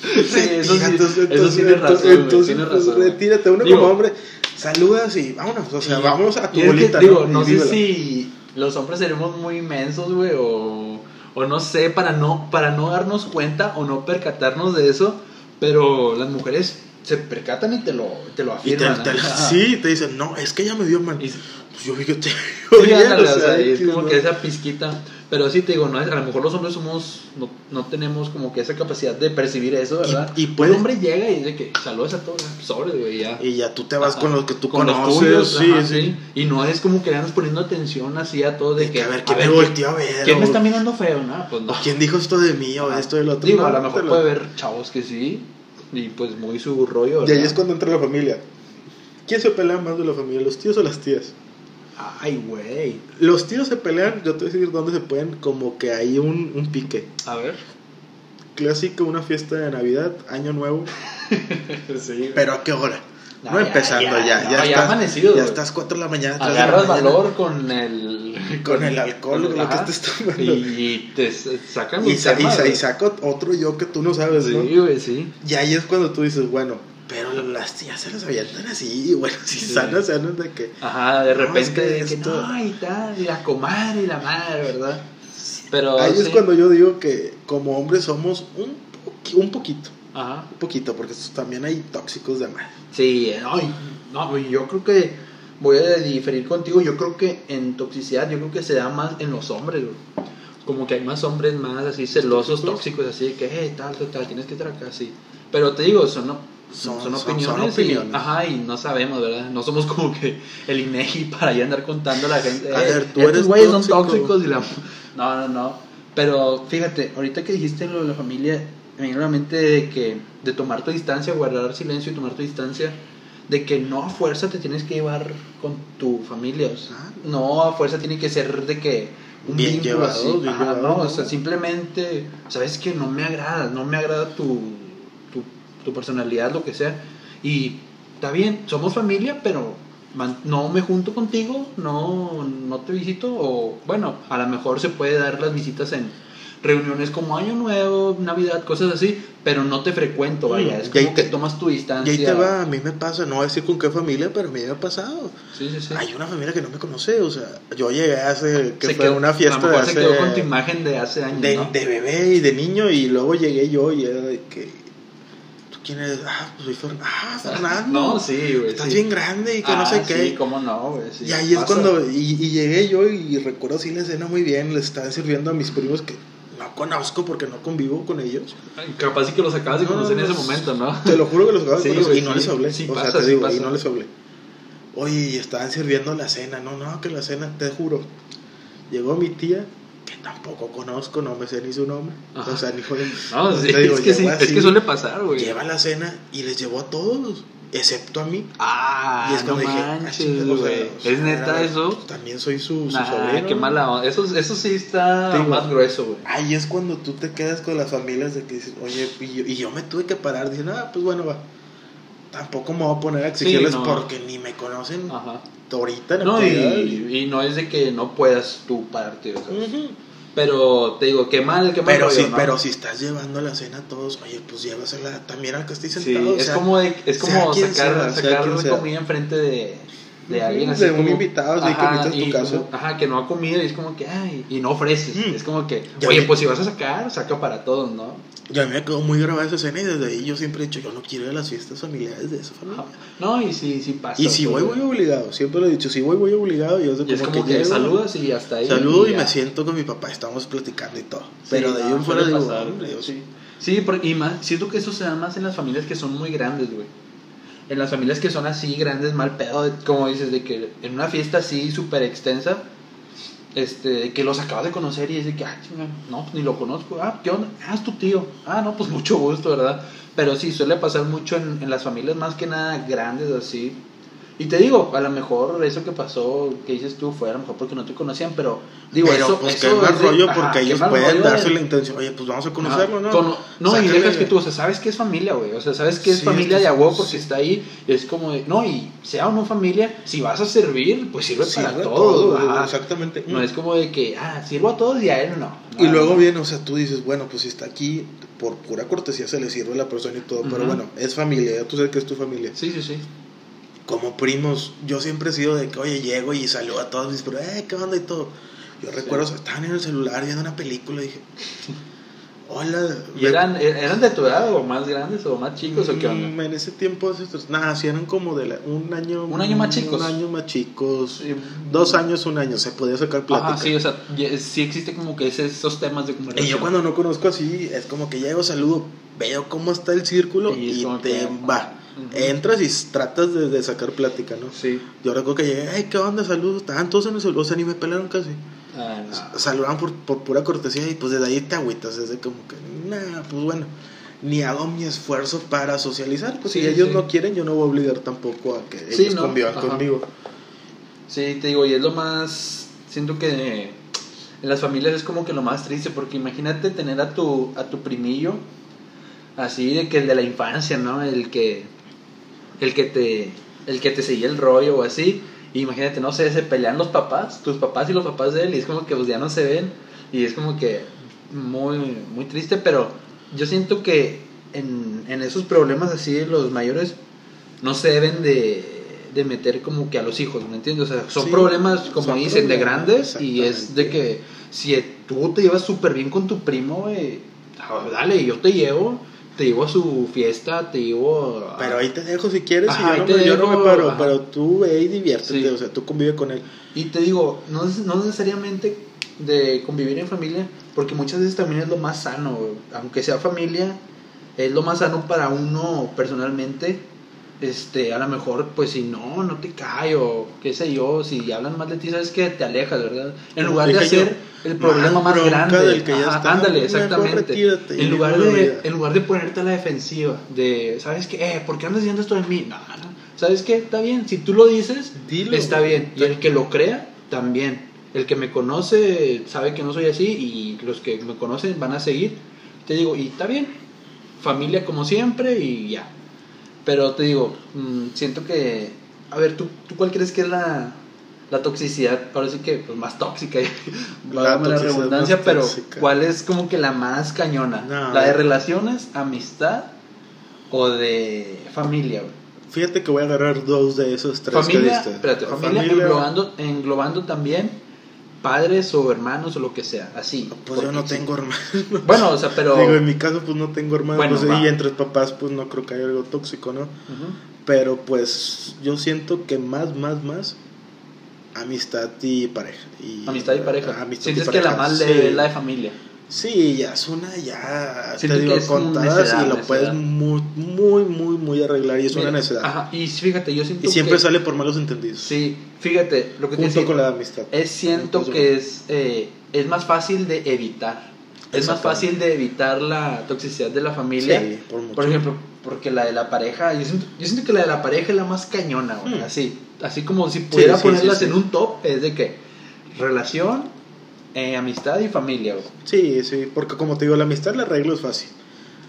S1: Sí, eso sí,
S2: Entonces,
S1: eso
S2: entonces,
S1: sí tiene razón, güey,
S2: entonces,
S1: tiene
S2: pues,
S1: razón, güey.
S2: retírate uno
S1: Digo-
S2: como hombre, saludas y vámonos, o sea,
S1: Y-
S2: vámonos a
S1: y
S2: tu
S1: es que,
S2: bolita.
S1: digo,
S2: Y
S1: no sé
S2: vívela.
S1: si los hombres seremos muy inmensos, güey, o, o no sé, para no, para no darnos cuenta o no percatarnos de eso, pero las mujeres se percatan y te lo, te lo
S2: Y te,
S1: afirman.
S2: te-
S1: ¿no? Ajá.
S2: sí, te dicen, no, es que ella me vio mal.
S1: Y-
S2: [laughs] Pues yo vi que te
S1: [laughs]
S2: vio
S1: Sí,
S2: bien,
S1: ándale,
S2: o
S1: o
S2: sea,
S1: sea, es como
S2: no.
S1: que esa pizquita. Pero sí te digo, no, es- a lo mejor los hombres somos, no, no tenemos como que esa capacidad de percibir eso, ¿verdad?
S2: Y- y
S1: Un
S2: puede-
S1: hombre llega y dice que saludos a todos, sobre, güey, ya.
S2: Y ya tú te vas
S1: Ajá.
S2: con los que tú
S1: Con los
S2: conoces.
S1: tuyos,
S2: sí,
S1: ajá,
S2: sí.
S1: sí. Y no es como que le andas poniendo atención así a todo de
S2: Y
S1: que.
S2: que a ver, ¿quién me volteó a ver?
S1: ¿Quién
S2: o-
S1: me está mirando feo? No, pues no.
S2: o ¿Quién dijo esto de mí o
S1: Ajá.
S2: esto del otro?
S1: Digo,
S2: No,
S1: a lo
S2: no
S1: mejor
S2: te
S1: puede haber chavos que sí. Y pues muy su rollo.
S2: Y ahí
S1: ¿verdad?
S2: es cuando entra la familia. ¿Quién se pelea más de la familia, los tíos o las tías?
S1: Ay, güey.
S2: Los tíos se pelean, yo te voy a decir dónde se pueden, como que hay un, un pique.
S1: A
S2: [laughs]
S1: ver.
S2: Clásico, una fiesta de Navidad, Año Nuevo.
S1: sí,
S2: ¿Pero a qué hora? No,
S1: No, ya,
S2: empezando
S1: ya,
S2: ya. Ya,
S1: no, ya
S2: estás,
S1: amanecido,
S2: Ya
S1: güey.
S2: estás 4 de la mañana. tres de la
S1: Agarras
S2: mañana,
S1: valor con el.
S2: Con el alcohol,
S1: con-
S2: lo que
S1: ajá.
S2: estés tomando.
S1: Y te s- sacan
S2: Y,
S1: un
S2: sa- y
S1: tema,
S2: sa- y
S1: güey.
S2: saco otro yo que tú no sabes, ¿no?
S1: Sí, güey, sí.
S2: Y ahí es cuando tú dices, bueno, pero las tías se las avientan así. Y bueno, si
S1: Sí.
S2: sanas, sanas de que.
S1: Ajá, de
S2: No, es
S1: repente.
S2: que
S1: de que
S2: esto-
S1: no, y tal, y la comadre y la madre, ¿verdad? Pero.
S2: ahí es
S1: sí.
S2: cuando yo digo que como hombres somos un, poqui- un poquito.
S1: Ajá.
S2: Un poquito, porque también hay tóxicos de más.
S1: Sí, no, y- no, güey, yo creo que voy a diferir contigo. Yo creo que en toxicidad, yo creo que se da más en los hombres, güey. Como que hay más hombres más así celosos,
S2: Pues.
S1: tóxicos, así de que, eh, tal, tal, tal, tienes que estar acá, así. Pero te digo, son, son,
S2: Son-
S1: son
S2: son- son
S1: opiniones. y-
S2: opiniones.
S1: ajá, y no sabemos, ¿verdad? No somos como que el INEGI [laughs] para ya andar contando a la gente.
S2: A
S1: "Eh,
S2: ver, tú
S1: estos
S2: eres
S1: güeyes son
S2: tóxico".
S1: tóxicos y la. No, no, no. Pero fíjate, ahorita que dijiste lo de la familia, me vino a la mente de que, de tomar tu distancia, guardar silencio y tomar tu distancia de que no a fuerza te tienes que llevar con tu familia. o sea,
S2: Ah.
S1: no a fuerza tiene que ser de que un
S2: Bien
S1: vínculo
S2: llevado,
S1: así.
S2: bien
S1: Ajá,
S2: llevado,
S1: no,
S2: ¿no?
S1: o sea, simplemente, sabes que no me agrada, no me agrada tu, tu, tu personalidad, lo que sea. Y está bien, somos familia, pero man- no me junto contigo, no, no te visito. O bueno, a lo mejor se puede dar las visitas en reuniones como Año Nuevo, Navidad, cosas así, pero no te frecuento, vaya.
S2: Mm,
S1: Es
S2: y ahí
S1: como que
S2: te-
S1: tomas tu distancia.
S2: Y ahí te va, a mí me pasa, no voy a decir con qué familia, pero me ha pasado.
S1: Sí, sí, sí.
S2: Hay una familia que no me conoce, o sea, yo llegué hace, que
S1: Se
S2: fue
S1: quedó-
S2: una
S1: a
S2: fiesta
S1: lo
S2: de
S1: mejor
S2: hace...
S1: se quedó con tu imagen de hace años,
S2: de,
S1: ¿no?
S2: de bebé y de niño y luego llegué yo y era de que tú quién eres ah pues soy Fernando
S1: [laughs]
S2: ah Fernando
S1: No, sí, güey.
S2: estás
S1: sí.
S2: bien grande y que no
S1: Ah,
S2: sé qué
S1: Sí, cómo no, güey. sí,
S2: y ahí es
S1: pasa.
S2: cuando y, y llegué yo y recuerdo así la escena muy bien le estaban sirviendo a mis primos que no conozco porque no convivo con ellos
S1: Capaz sí que los acabas de
S2: No,
S1: conocer en ese
S2: no,
S1: momento, ¿no?
S2: te lo juro que los acabo de
S1: Sí,
S2: conocer
S1: güey,
S2: y no
S1: sí,
S2: les hablé
S1: sí
S2: o
S1: pasa,
S2: sea te
S1: sí
S2: digo y
S1: pasa.
S2: no les hablé oye y estaban sirviendo la cena no no que la cena te juro llegó mi tía que tampoco conozco no me sé ni su nombre
S1: Ajá.
S2: o sea ni joder
S1: [laughs] No, sí,
S2: Te digo,
S1: es que sí,
S2: llegó
S1: es
S2: así,
S1: que suele pasar, güey.
S2: lleva la cena y les llevó a todos, excepto a mí.
S1: Ah,
S2: y es
S1: no
S2: cuando dije, ah,
S1: manches,
S2: chinga, o sea,
S1: güey.
S2: o sea,
S1: ¿Es neta
S2: era-
S1: eso?
S2: También soy su, su
S1: Nah,
S2: sobrino.
S1: qué
S2: ¿no?
S1: mala onda. Eso, eso sí está
S2: Te digo,
S1: más grueso, güey.
S2: Ahí es cuando tú te quedas con las familias de que dices, oye, y yo, y yo me tuve que parar. Dicen, ah, pues bueno, va. Tampoco me voy a poner a exigirles
S1: no.
S2: porque ni me conocen
S1: Ajá.
S2: ahorita. en la
S1: No,
S2: actualidad.
S1: y, y no es de que no puedas tú pararte, o sea.
S2: Ujú.
S1: Pero te digo, qué mal, qué mal.
S2: Pero,
S1: rollo,
S2: si,
S1: ¿no?
S2: pero si estás llevando la cena a todos, oye, pues llévasela también al que estoy
S1: Sí,
S2: sentado. o
S1: es
S2: sea,
S1: como, de- es
S2: sea
S1: como
S2: quien
S1: sacar,
S2: sea, sea
S1: sacar
S2: quien sea.
S1: comida enfrente de, de
S2: Ujú,
S1: alguien.
S2: de
S1: Así
S2: un
S1: como-
S2: invitado, así que
S1: Ajá,
S2: invitas tu
S1: y
S2: casa.
S1: como- ajá, que no ha comido y es como que, ay, y no ofreces.
S2: Mm.
S1: Es como que,
S2: Ya
S1: oye,
S2: vi.
S1: pues si vas a sacar, saca para todos, ¿no?
S2: Y a mí me quedó muy grabada esa escena y desde ahí yo siempre he dicho, yo no quiero ir a las fiestas familiares de esa familia.
S1: Ajá. No, y sí, sí pasa.
S2: Y si
S1: pues,
S2: voy, voy obligado. Siempre lo he dicho, si voy, voy obligado. Y es, de
S1: Y es como que,
S2: llego,
S1: saludas y hasta ahí.
S2: Saludo y
S1: ya.
S2: me siento con mi papá, estamos platicando y todo.
S1: Sí,
S2: Pero de ahí
S1: no,
S2: en fuera
S1: suele
S2: digo,
S1: pasar,
S2: hombre,
S1: güey,
S2: yo sí.
S1: sí. Sí, por- y más, siento que eso se da más en las familias que son muy grandes, güey. En las familias que son así grandes, mal pedo, de- como dices, de que en una fiesta así súper extensa, este, de que los acabas de conocer y es de que, ah, chinga, no, pues, ni lo conozco, ah, ¿qué onda? Ah, es tu tío, ah, no, pues [laughs] mucho gusto, ¿verdad? Pero sí, suele pasar mucho en, en las familias más que nada grandes así. Y te digo, a lo mejor eso que pasó, que dices tú, fue a lo mejor porque no te conocían, pero digo,
S2: pero
S1: eso,
S2: pues
S1: eso
S2: que es mal
S1: es de-
S2: rollo
S1: ajá,
S2: porque
S1: qué
S2: ellos
S1: mal
S2: pueden
S1: rollo
S2: darse
S1: de-
S2: la intención, oye, pues vamos a conocerlo, ¿no?
S1: Ajá. Cono- no, y
S2: Sácale-
S1: dejas que tú, o sea, sabes que es familia, güey. O sea, sabes que es
S2: Sí,
S1: familia
S2: es-
S1: de agua porque
S2: sí.
S1: está ahí. Es como, de- no, y sea o no familia, si vas a servir, pues sirve
S2: Sí,
S1: para
S2: de
S1: todos.
S2: güey,
S1: ajá.
S2: Exactamente.
S1: No es como de que, ah, sirvo a todos y a él no. Ah,
S2: Y
S1: No,
S2: luego
S1: no.
S2: viene, o sea, tú dices, bueno, pues si está aquí, por pura cortesía se le sirve a la persona y todo, pero
S1: Ujú.
S2: bueno, es familia, ya tú sabes que es tu familia.
S1: Sí, sí, sí.
S2: como primos, yo siempre he sido de que, oye, llego y saludo a todos mis primos, eh, ¿qué onda y todo? Yo recuerdo, o sea, estaban en el celular viendo una película
S1: [laughs]
S2: y dije, hola.
S1: ¿Y
S2: me-
S1: eran, er- eran de tu edad o más grandes o más chicos o qué onda?
S2: Mm, En ese tiempo, estos- nada, sí eran como de la- un año.
S1: Un año más chicos.
S2: Un año más chicos.
S1: Sí.
S2: Dos años, un año, se podía sacar plática.
S1: Ajá, sí, o sea, ya- sí existe como que ese- esos temas de conversación.
S2: Y yo cuando no conozco así, es como que llego, saludo, veo cómo está el círculo
S1: Y es
S2: y,
S1: como
S2: te
S1: que-
S2: va.
S1: Ujú.
S2: Entras y tratas de, de sacar plática, ¿no?
S1: Sí.
S2: Yo recuerdo que llegué, ay, ¿qué onda? Saludos, estaban todos en el celular, o sea, ni me pelaron casi.
S1: Ah,
S2: S-
S1: no.
S2: Saludaban por, por pura cortesía y pues desde ahí te agüitas, desde como que, nah, pues bueno, ni hago mi esfuerzo para socializar, pues
S1: Sí,
S2: si ellos
S1: sí.
S2: no quieren, yo no voy a obligar tampoco a que
S1: Sí,
S2: ellos
S1: no,
S2: convivan
S1: ajá.
S2: conmigo.
S1: Sí, te digo, y es lo más. Siento que eh, en las familias es como que lo más triste, porque imagínate tener a tu, a tu primillo, así de que el de la infancia, ¿no? El que. El que te. El que te seguía el rollo o así. Y imagínate, no sé, se pelean los papás, tus papás y los papás de él, y es como que pues, ya no se ven. Y es como que muy, muy triste, pero yo siento que en, en esos problemas así, los mayores no se deben de, de meter como que a los hijos, ¿me entiendes? O sea, son
S2: Sí,
S1: problemas, como
S2: son
S1: dicen, de
S2: problemas,
S1: grandes y es
S2: exactamente.
S1: de que si tú te llevas súper bien con tu primo, güey, ah, dale, yo te llevo te llevo a su fiesta, te llevo a...
S2: Pero ahí te dejo si quieres
S1: Ajá, ahí
S2: y yo, no,
S1: te
S2: me- yo no
S1: dejo,
S2: me paro.
S1: ajá.
S2: Pero tú ve y diviértete,
S1: Sí.
S2: o sea, tú convive con él.
S1: Y te digo, no, es- no necesariamente de convivir en familia, porque muchas veces también es lo más sano, güey. aunque sea familia, es lo más sano para uno personalmente. Este, a lo mejor, pues si no, no te cae o qué sé yo, si hablan más de ti, sabes que te alejas, ¿verdad? En lugar de
S2: Dije
S1: hacer el problema
S2: "Más
S1: más
S2: bronca
S1: grande,
S2: del que ya
S1: Ajá,
S2: está,
S1: ándale,
S2: mejor
S1: exactamente.
S2: retírate y
S1: en, lugar
S2: vive la
S1: de,
S2: vida.
S1: en lugar de ponerte a la defensiva, de, ¿sabes qué? Eh, ¿Por qué andas diciendo esto de mí? No, no. ¿Sabes qué? Está bien, si tú lo dices,
S2: Dilo,
S1: Está
S2: güey.
S1: bien. Y el que lo crea, también. El que me conoce sabe que no soy así y los que me conocen van a seguir. Te digo, y está bien. Familia como siempre y ya. Pero te digo, mm, siento que... A ver, ¿tú, tú cuál crees que es la, la toxicidad? Ahora sí que pues, más tóxica. [laughs] Válgame la
S2: toxicidad
S1: redundancia,
S2: más
S1: pero
S2: tóxica.
S1: ¿cuál es como que la más cañona?
S2: No.
S1: ¿La de relaciones, amistad o de familia? güey?
S2: Fíjate que voy a agarrar dos de esos tres que
S1: familia,
S2: diste.
S1: espérate,
S2: La
S1: familia, englobando, englobando también padres o hermanos o lo que sea, así.
S2: Pues yo
S1: Porque
S2: no
S1: sí.
S2: tengo hermanos.
S1: [laughs] Bueno, o sea, pero.
S2: Digo, en mi caso, pues no tengo hermanos.
S1: Bueno,
S2: pues,
S1: va.
S2: y entre papás, pues no creo que haya algo tóxico, ¿no?
S1: Ujú.
S2: Pero pues yo siento que más, más, más amistad y pareja. Y,
S1: Amistad y pareja.
S2: Ah, Amistad
S1: Sientes
S2: y
S1: que la
S2: pareja,
S1: más
S2: sí.
S1: leve es la de familia.
S2: Sí, ya es una ya,
S1: Siento
S2: te
S1: que
S2: digo,
S1: es como
S2: contadas
S1: necedad,
S2: y lo
S1: necedad.
S2: puedes muy, muy, muy, muy arreglar y es una
S1: Mira,
S2: necesidad.
S1: Ajá, y fíjate, yo siento
S2: Y siempre
S1: que.
S2: sale por malos entendidos.
S1: Sí, fíjate, lo que te
S2: junto
S1: decía,
S2: con la amistad.
S1: es siento
S2: Entonces,
S1: que es, eh, es más fácil de evitar. Es más fácil de evitar la toxicidad de la familia.
S2: Sí, por mucho.
S1: Por ejemplo, porque la de la pareja, yo siento, yo siento que la de la pareja es la más cañona, güey.
S2: Hmm.
S1: Así, así como si pudiera
S2: sí,
S1: ponerlas
S2: sí, sí.
S1: en un top, es de que relación, eh, amistad y familia, güey.
S2: Sí, sí, porque como te digo, la amistad la arreglo es fácil.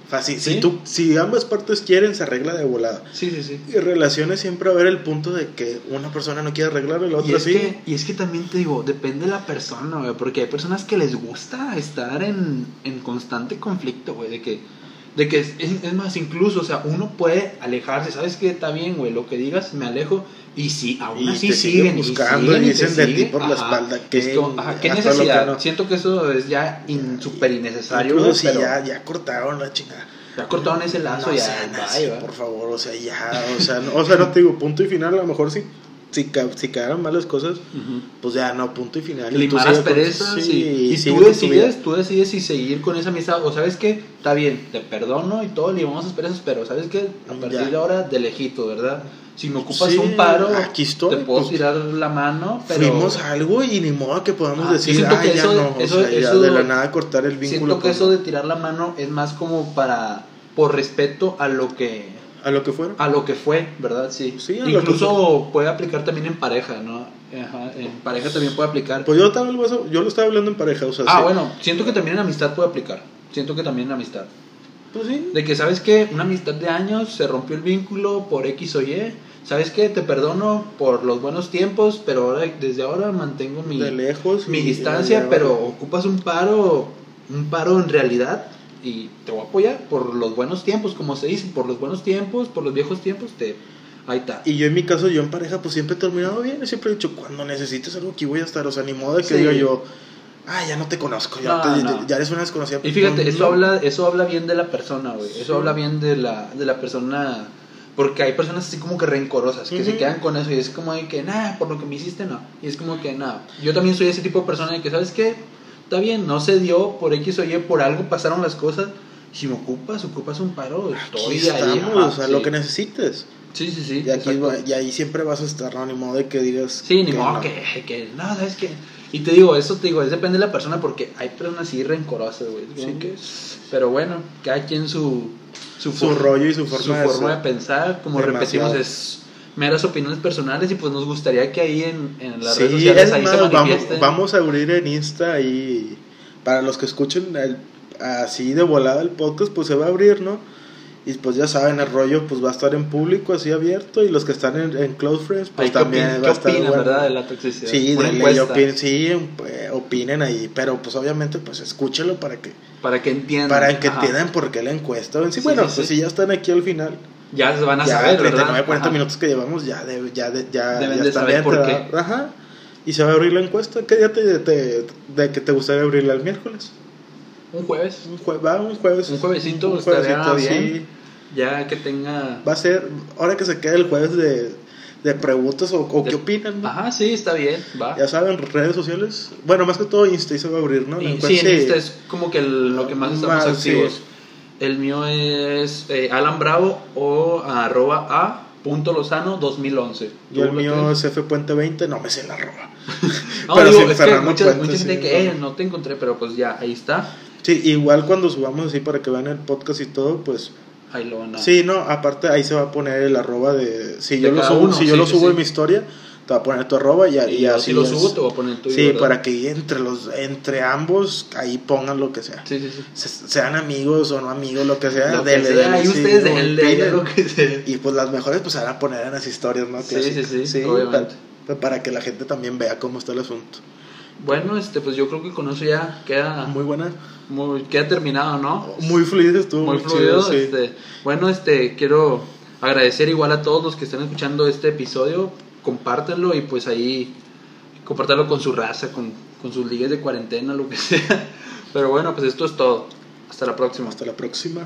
S2: Fácil. Si,
S1: ¿Sí?
S2: tú, si ambas partes quieren, se arregla de volada.
S1: Sí, sí, sí.
S2: Y relaciones siempre va a haber el punto de que una persona no quiere arreglar, la
S1: Y
S2: otra
S1: es,
S2: sí.
S1: que, y es que también te digo, depende de la persona, güey, porque hay personas que les gusta estar en, en constante conflicto, güey, de que, de que es, es- es más, incluso, o sea, uno puede alejarse, ¿sabes qué? Está bien, güey, lo que digas, me alejo, y sí, aún
S2: Y
S1: así
S2: te siguen
S1: siguen,
S2: buscando,
S1: siguen, te
S2: y dicen de ti
S1: siguen,
S2: por la espalda, que-
S1: es como, ajá, ¿qué
S2: hasta lo que
S1: necesidad?
S2: no.
S1: Siento que eso es ya in- súper innecesario,
S2: Incluso
S1: güey,
S2: si
S1: pero
S2: ya, ya cortaron la chingada.
S1: ya cortaron ese lazo,
S2: No
S1: ya,
S2: sean
S1: bye,
S2: así,
S1: va.
S2: por favor, o sea, ya, o sea, no, o sea, no te digo, punto y final, a lo mejor sí, si, ca- si quedaron malas cosas,
S1: Ujú.
S2: pues ya no, punto y final. y tú
S1: limar
S2: sigue
S1: las
S2: con-
S1: perezas
S2: sí,
S1: y, y
S2: sigue
S1: tú
S2: con tu vida.
S1: decides, tú decides si seguir con esa amistad o sabes que está bien, te perdono y todo, limamos las perezas, pero sabes que a
S2: Ya.
S1: partir de ahora de lejito, ¿verdad? Si me ocupas
S2: Sí,
S1: un paro,
S2: aquí estoy,
S1: te puedo
S2: pues,
S1: tirar la mano, pero
S2: Fuimos a algo y ni modo que podamos
S1: Ah, yo
S2: decir,
S1: siento
S2: ah,
S1: que
S2: ya
S1: eso-
S2: no,
S1: eso-
S2: o sea, ya
S1: eso-
S2: de la nada cortar el vínculo.
S1: siento que
S2: pues,
S1: eso de tirar la mano es más como para por respeto a lo que
S2: A lo que fuera.
S1: a lo que fue, ¿verdad? Sí.
S2: Sí, a lo
S1: Incluso puede aplicar también en pareja, ¿no? Ajá, en pareja también puede aplicar.
S2: Pues yo, estaba, algo- yo lo estaba hablando en pareja, o sea,
S1: ah,
S2: sí.
S1: bueno, siento que también en amistad puede aplicar. Siento que también en amistad.
S2: Pues sí.
S1: De que sabes que una amistad de años se rompió el vínculo por X o Y. Sabes que te perdono por los buenos tiempos, pero ahora, desde ahora mantengo mi,
S2: de lejos.
S1: mi
S2: y-
S1: distancia,
S2: y-
S1: pero ocupas un paro, un paro en realidad y te voy a apoyar por los buenos tiempos, como se dice, por los buenos tiempos, por los viejos tiempos, te ahí está.
S2: Y yo en mi caso, yo en pareja, pues siempre he terminado bien. y Siempre he dicho, cuando necesites algo, aquí voy a estar. O sea, ni modo de que
S1: Sí.
S2: diga yo, ah, ya no te conozco, ya,
S1: No,
S2: te-
S1: no.
S2: ya eres una desconocida.
S1: Y fíjate,
S2: No,
S1: eso
S2: no.
S1: habla, eso habla bien de la persona, güey.
S2: Sí.
S1: Eso habla bien de la, de la persona. Porque hay personas así como que rencorosas, que se
S2: Ujú.
S1: quedan con eso y es como de que, nada, por lo que me hiciste, no. Y es como que, nada. Yo también soy ese tipo de persona de que, ¿sabes qué? Está bien, no se dio por X o Y, por algo pasaron las cosas. Si me ocupas, ocupas un paro,
S2: Aquí
S1: estoy ahí. ajá,
S2: estamos, a lo
S1: sí.
S2: que necesites.
S1: Sí, sí, sí.
S2: Y, aquí,
S1: exacto.
S2: va- y ahí siempre vas a estar, ¿no? Ni modo de que digas.
S1: Sí, ni modo
S2: no.
S1: que, que, no, ¿sabes qué? Y te digo, eso te digo, es depende de la persona porque hay personas así rencorosas, güey. es como
S2: Sí.
S1: que- Pero bueno, cada quien su, su,
S2: Su
S1: for-
S2: rollo y su forma de
S1: forma
S2: ser.
S1: de pensar, como
S2: Demasiado.
S1: repetimos, es meras opiniones personales y pues nos gustaría que ahí en, en las
S2: Sí,
S1: redes sociales
S2: es
S1: ahí
S2: más,
S1: se manifiesten.
S2: vamos, vamos a abrir en Insta y para los que escuchen el- así de volada el podcast, pues se va a abrir, ¿no? Y pues ya saben, el rollo pues va a estar en público, así abierto, y los que están en, en Close Friends, pues
S1: Ahí, ¿qué
S2: también
S1: opin-
S2: va a
S1: ¿Qué
S2: estar
S1: opinan,
S2: bueno.
S1: verdad, de la toxicidad?
S2: Sí,
S1: Una
S2: denle,
S1: encuesta
S2: opin- sí, eh, opinen ahí, pero pues obviamente pues escúchelo para que
S1: para que entiendan.
S2: para que
S1: ajá.
S2: entiendan por qué la encuesta. En sí,
S1: Sí,
S2: bueno,
S1: sí,
S2: pues
S1: sí.
S2: si ya están aquí al final,
S1: Ya se van a
S2: ya
S1: saber,
S2: 39,
S1: ¿verdad?
S2: 40
S1: Ajá.
S2: minutos que llevamos ya, de- ya, de- ya,
S1: Deben
S2: ya
S1: de
S2: están
S1: saber
S2: bien,
S1: por
S2: te va-
S1: qué.
S2: Ajá. Y se va a abrir la encuesta. ¿Qué día te, te- de que te gustaría abrirla el miércoles?
S1: Un jueves.
S2: Un jue- va un jueves.
S1: Un juevesito estaría bien. Ya que tenga.
S2: Va a ser, ahora que se quede el jueves de, de preguntas o, o
S1: De-
S2: qué opinan, ¿no?
S1: Ajá, sí, está bien, va.
S2: Ya saben, redes sociales. Bueno, más que todo Insta y se va a abrir, ¿no? La
S1: Y- sí,
S2: encuesta
S1: en Insta es como que el- lo que más estamos
S2: Más,
S1: activos.
S2: sí.
S1: El mío es eh, Alan Bravo o arroba a punto lozano 2011.
S2: Y el
S1: ¿Tú lo
S2: mío
S1: tienes?
S2: es F Puente 20, no me sé la roba.
S1: No,
S2: pero
S1: digo,
S2: sí,
S1: es que
S2: Fernando
S1: mucha,
S2: Puente,
S1: mucha gente
S2: sí,
S1: que
S2: no.
S1: eh, no te encontré, pero pues ya, ahí está.
S2: Sí, igual cuando subamos así para que vean el podcast y todo, pues
S1: Ahí lo van a.
S2: Sí, no, aparte ahí se va a poner el arroba de. Si
S1: De
S2: yo lo
S1: cada
S2: subo,
S1: uno,
S2: si yo
S1: sí,
S2: lo
S1: sí,
S2: subo
S1: sí.
S2: en mi historia, te va a poner tu arroba y,
S1: Y
S2: y
S1: yo,
S2: así.
S1: si lo
S2: es.
S1: subo, te voy a poner el tuyo.
S2: Sí,
S1: ¿verdad?
S2: para que entre los entre ambos ahí pongan lo que sea.
S1: Sí, sí, sí.
S2: Se- sean amigos o no amigos, lo que sea.
S1: Lo que
S2: denle,
S1: sea,
S2: denle,
S1: ahí
S2: sí,
S1: ustedes
S2: no,
S1: denle, ahí
S2: opinen.
S1: lo que sea.
S2: Y pues las mejores pues se van a poner en las historias, ¿no?
S1: Sí, sí, sí,
S2: pa-
S1: obviamente.
S2: pa- Para, que la gente también vea cómo está el asunto.
S1: Bueno, este, pues yo creo que con eso ya queda,
S2: Muy buena,
S1: muy- queda terminado, ¿no?
S2: muy fluido estuvo,
S1: muy
S2: muy,
S1: fluido.
S2: chido, sí.
S1: este, bueno, este, quiero agradecer igual a todos los que están escuchando este episodio. Compártanlo y pues ahí compártanlo con su raza, con, con sus [laughs] ligas de cuarentena, lo que sea. Pero bueno, pues esto es todo. Hasta la próxima.
S2: Hasta la próxima.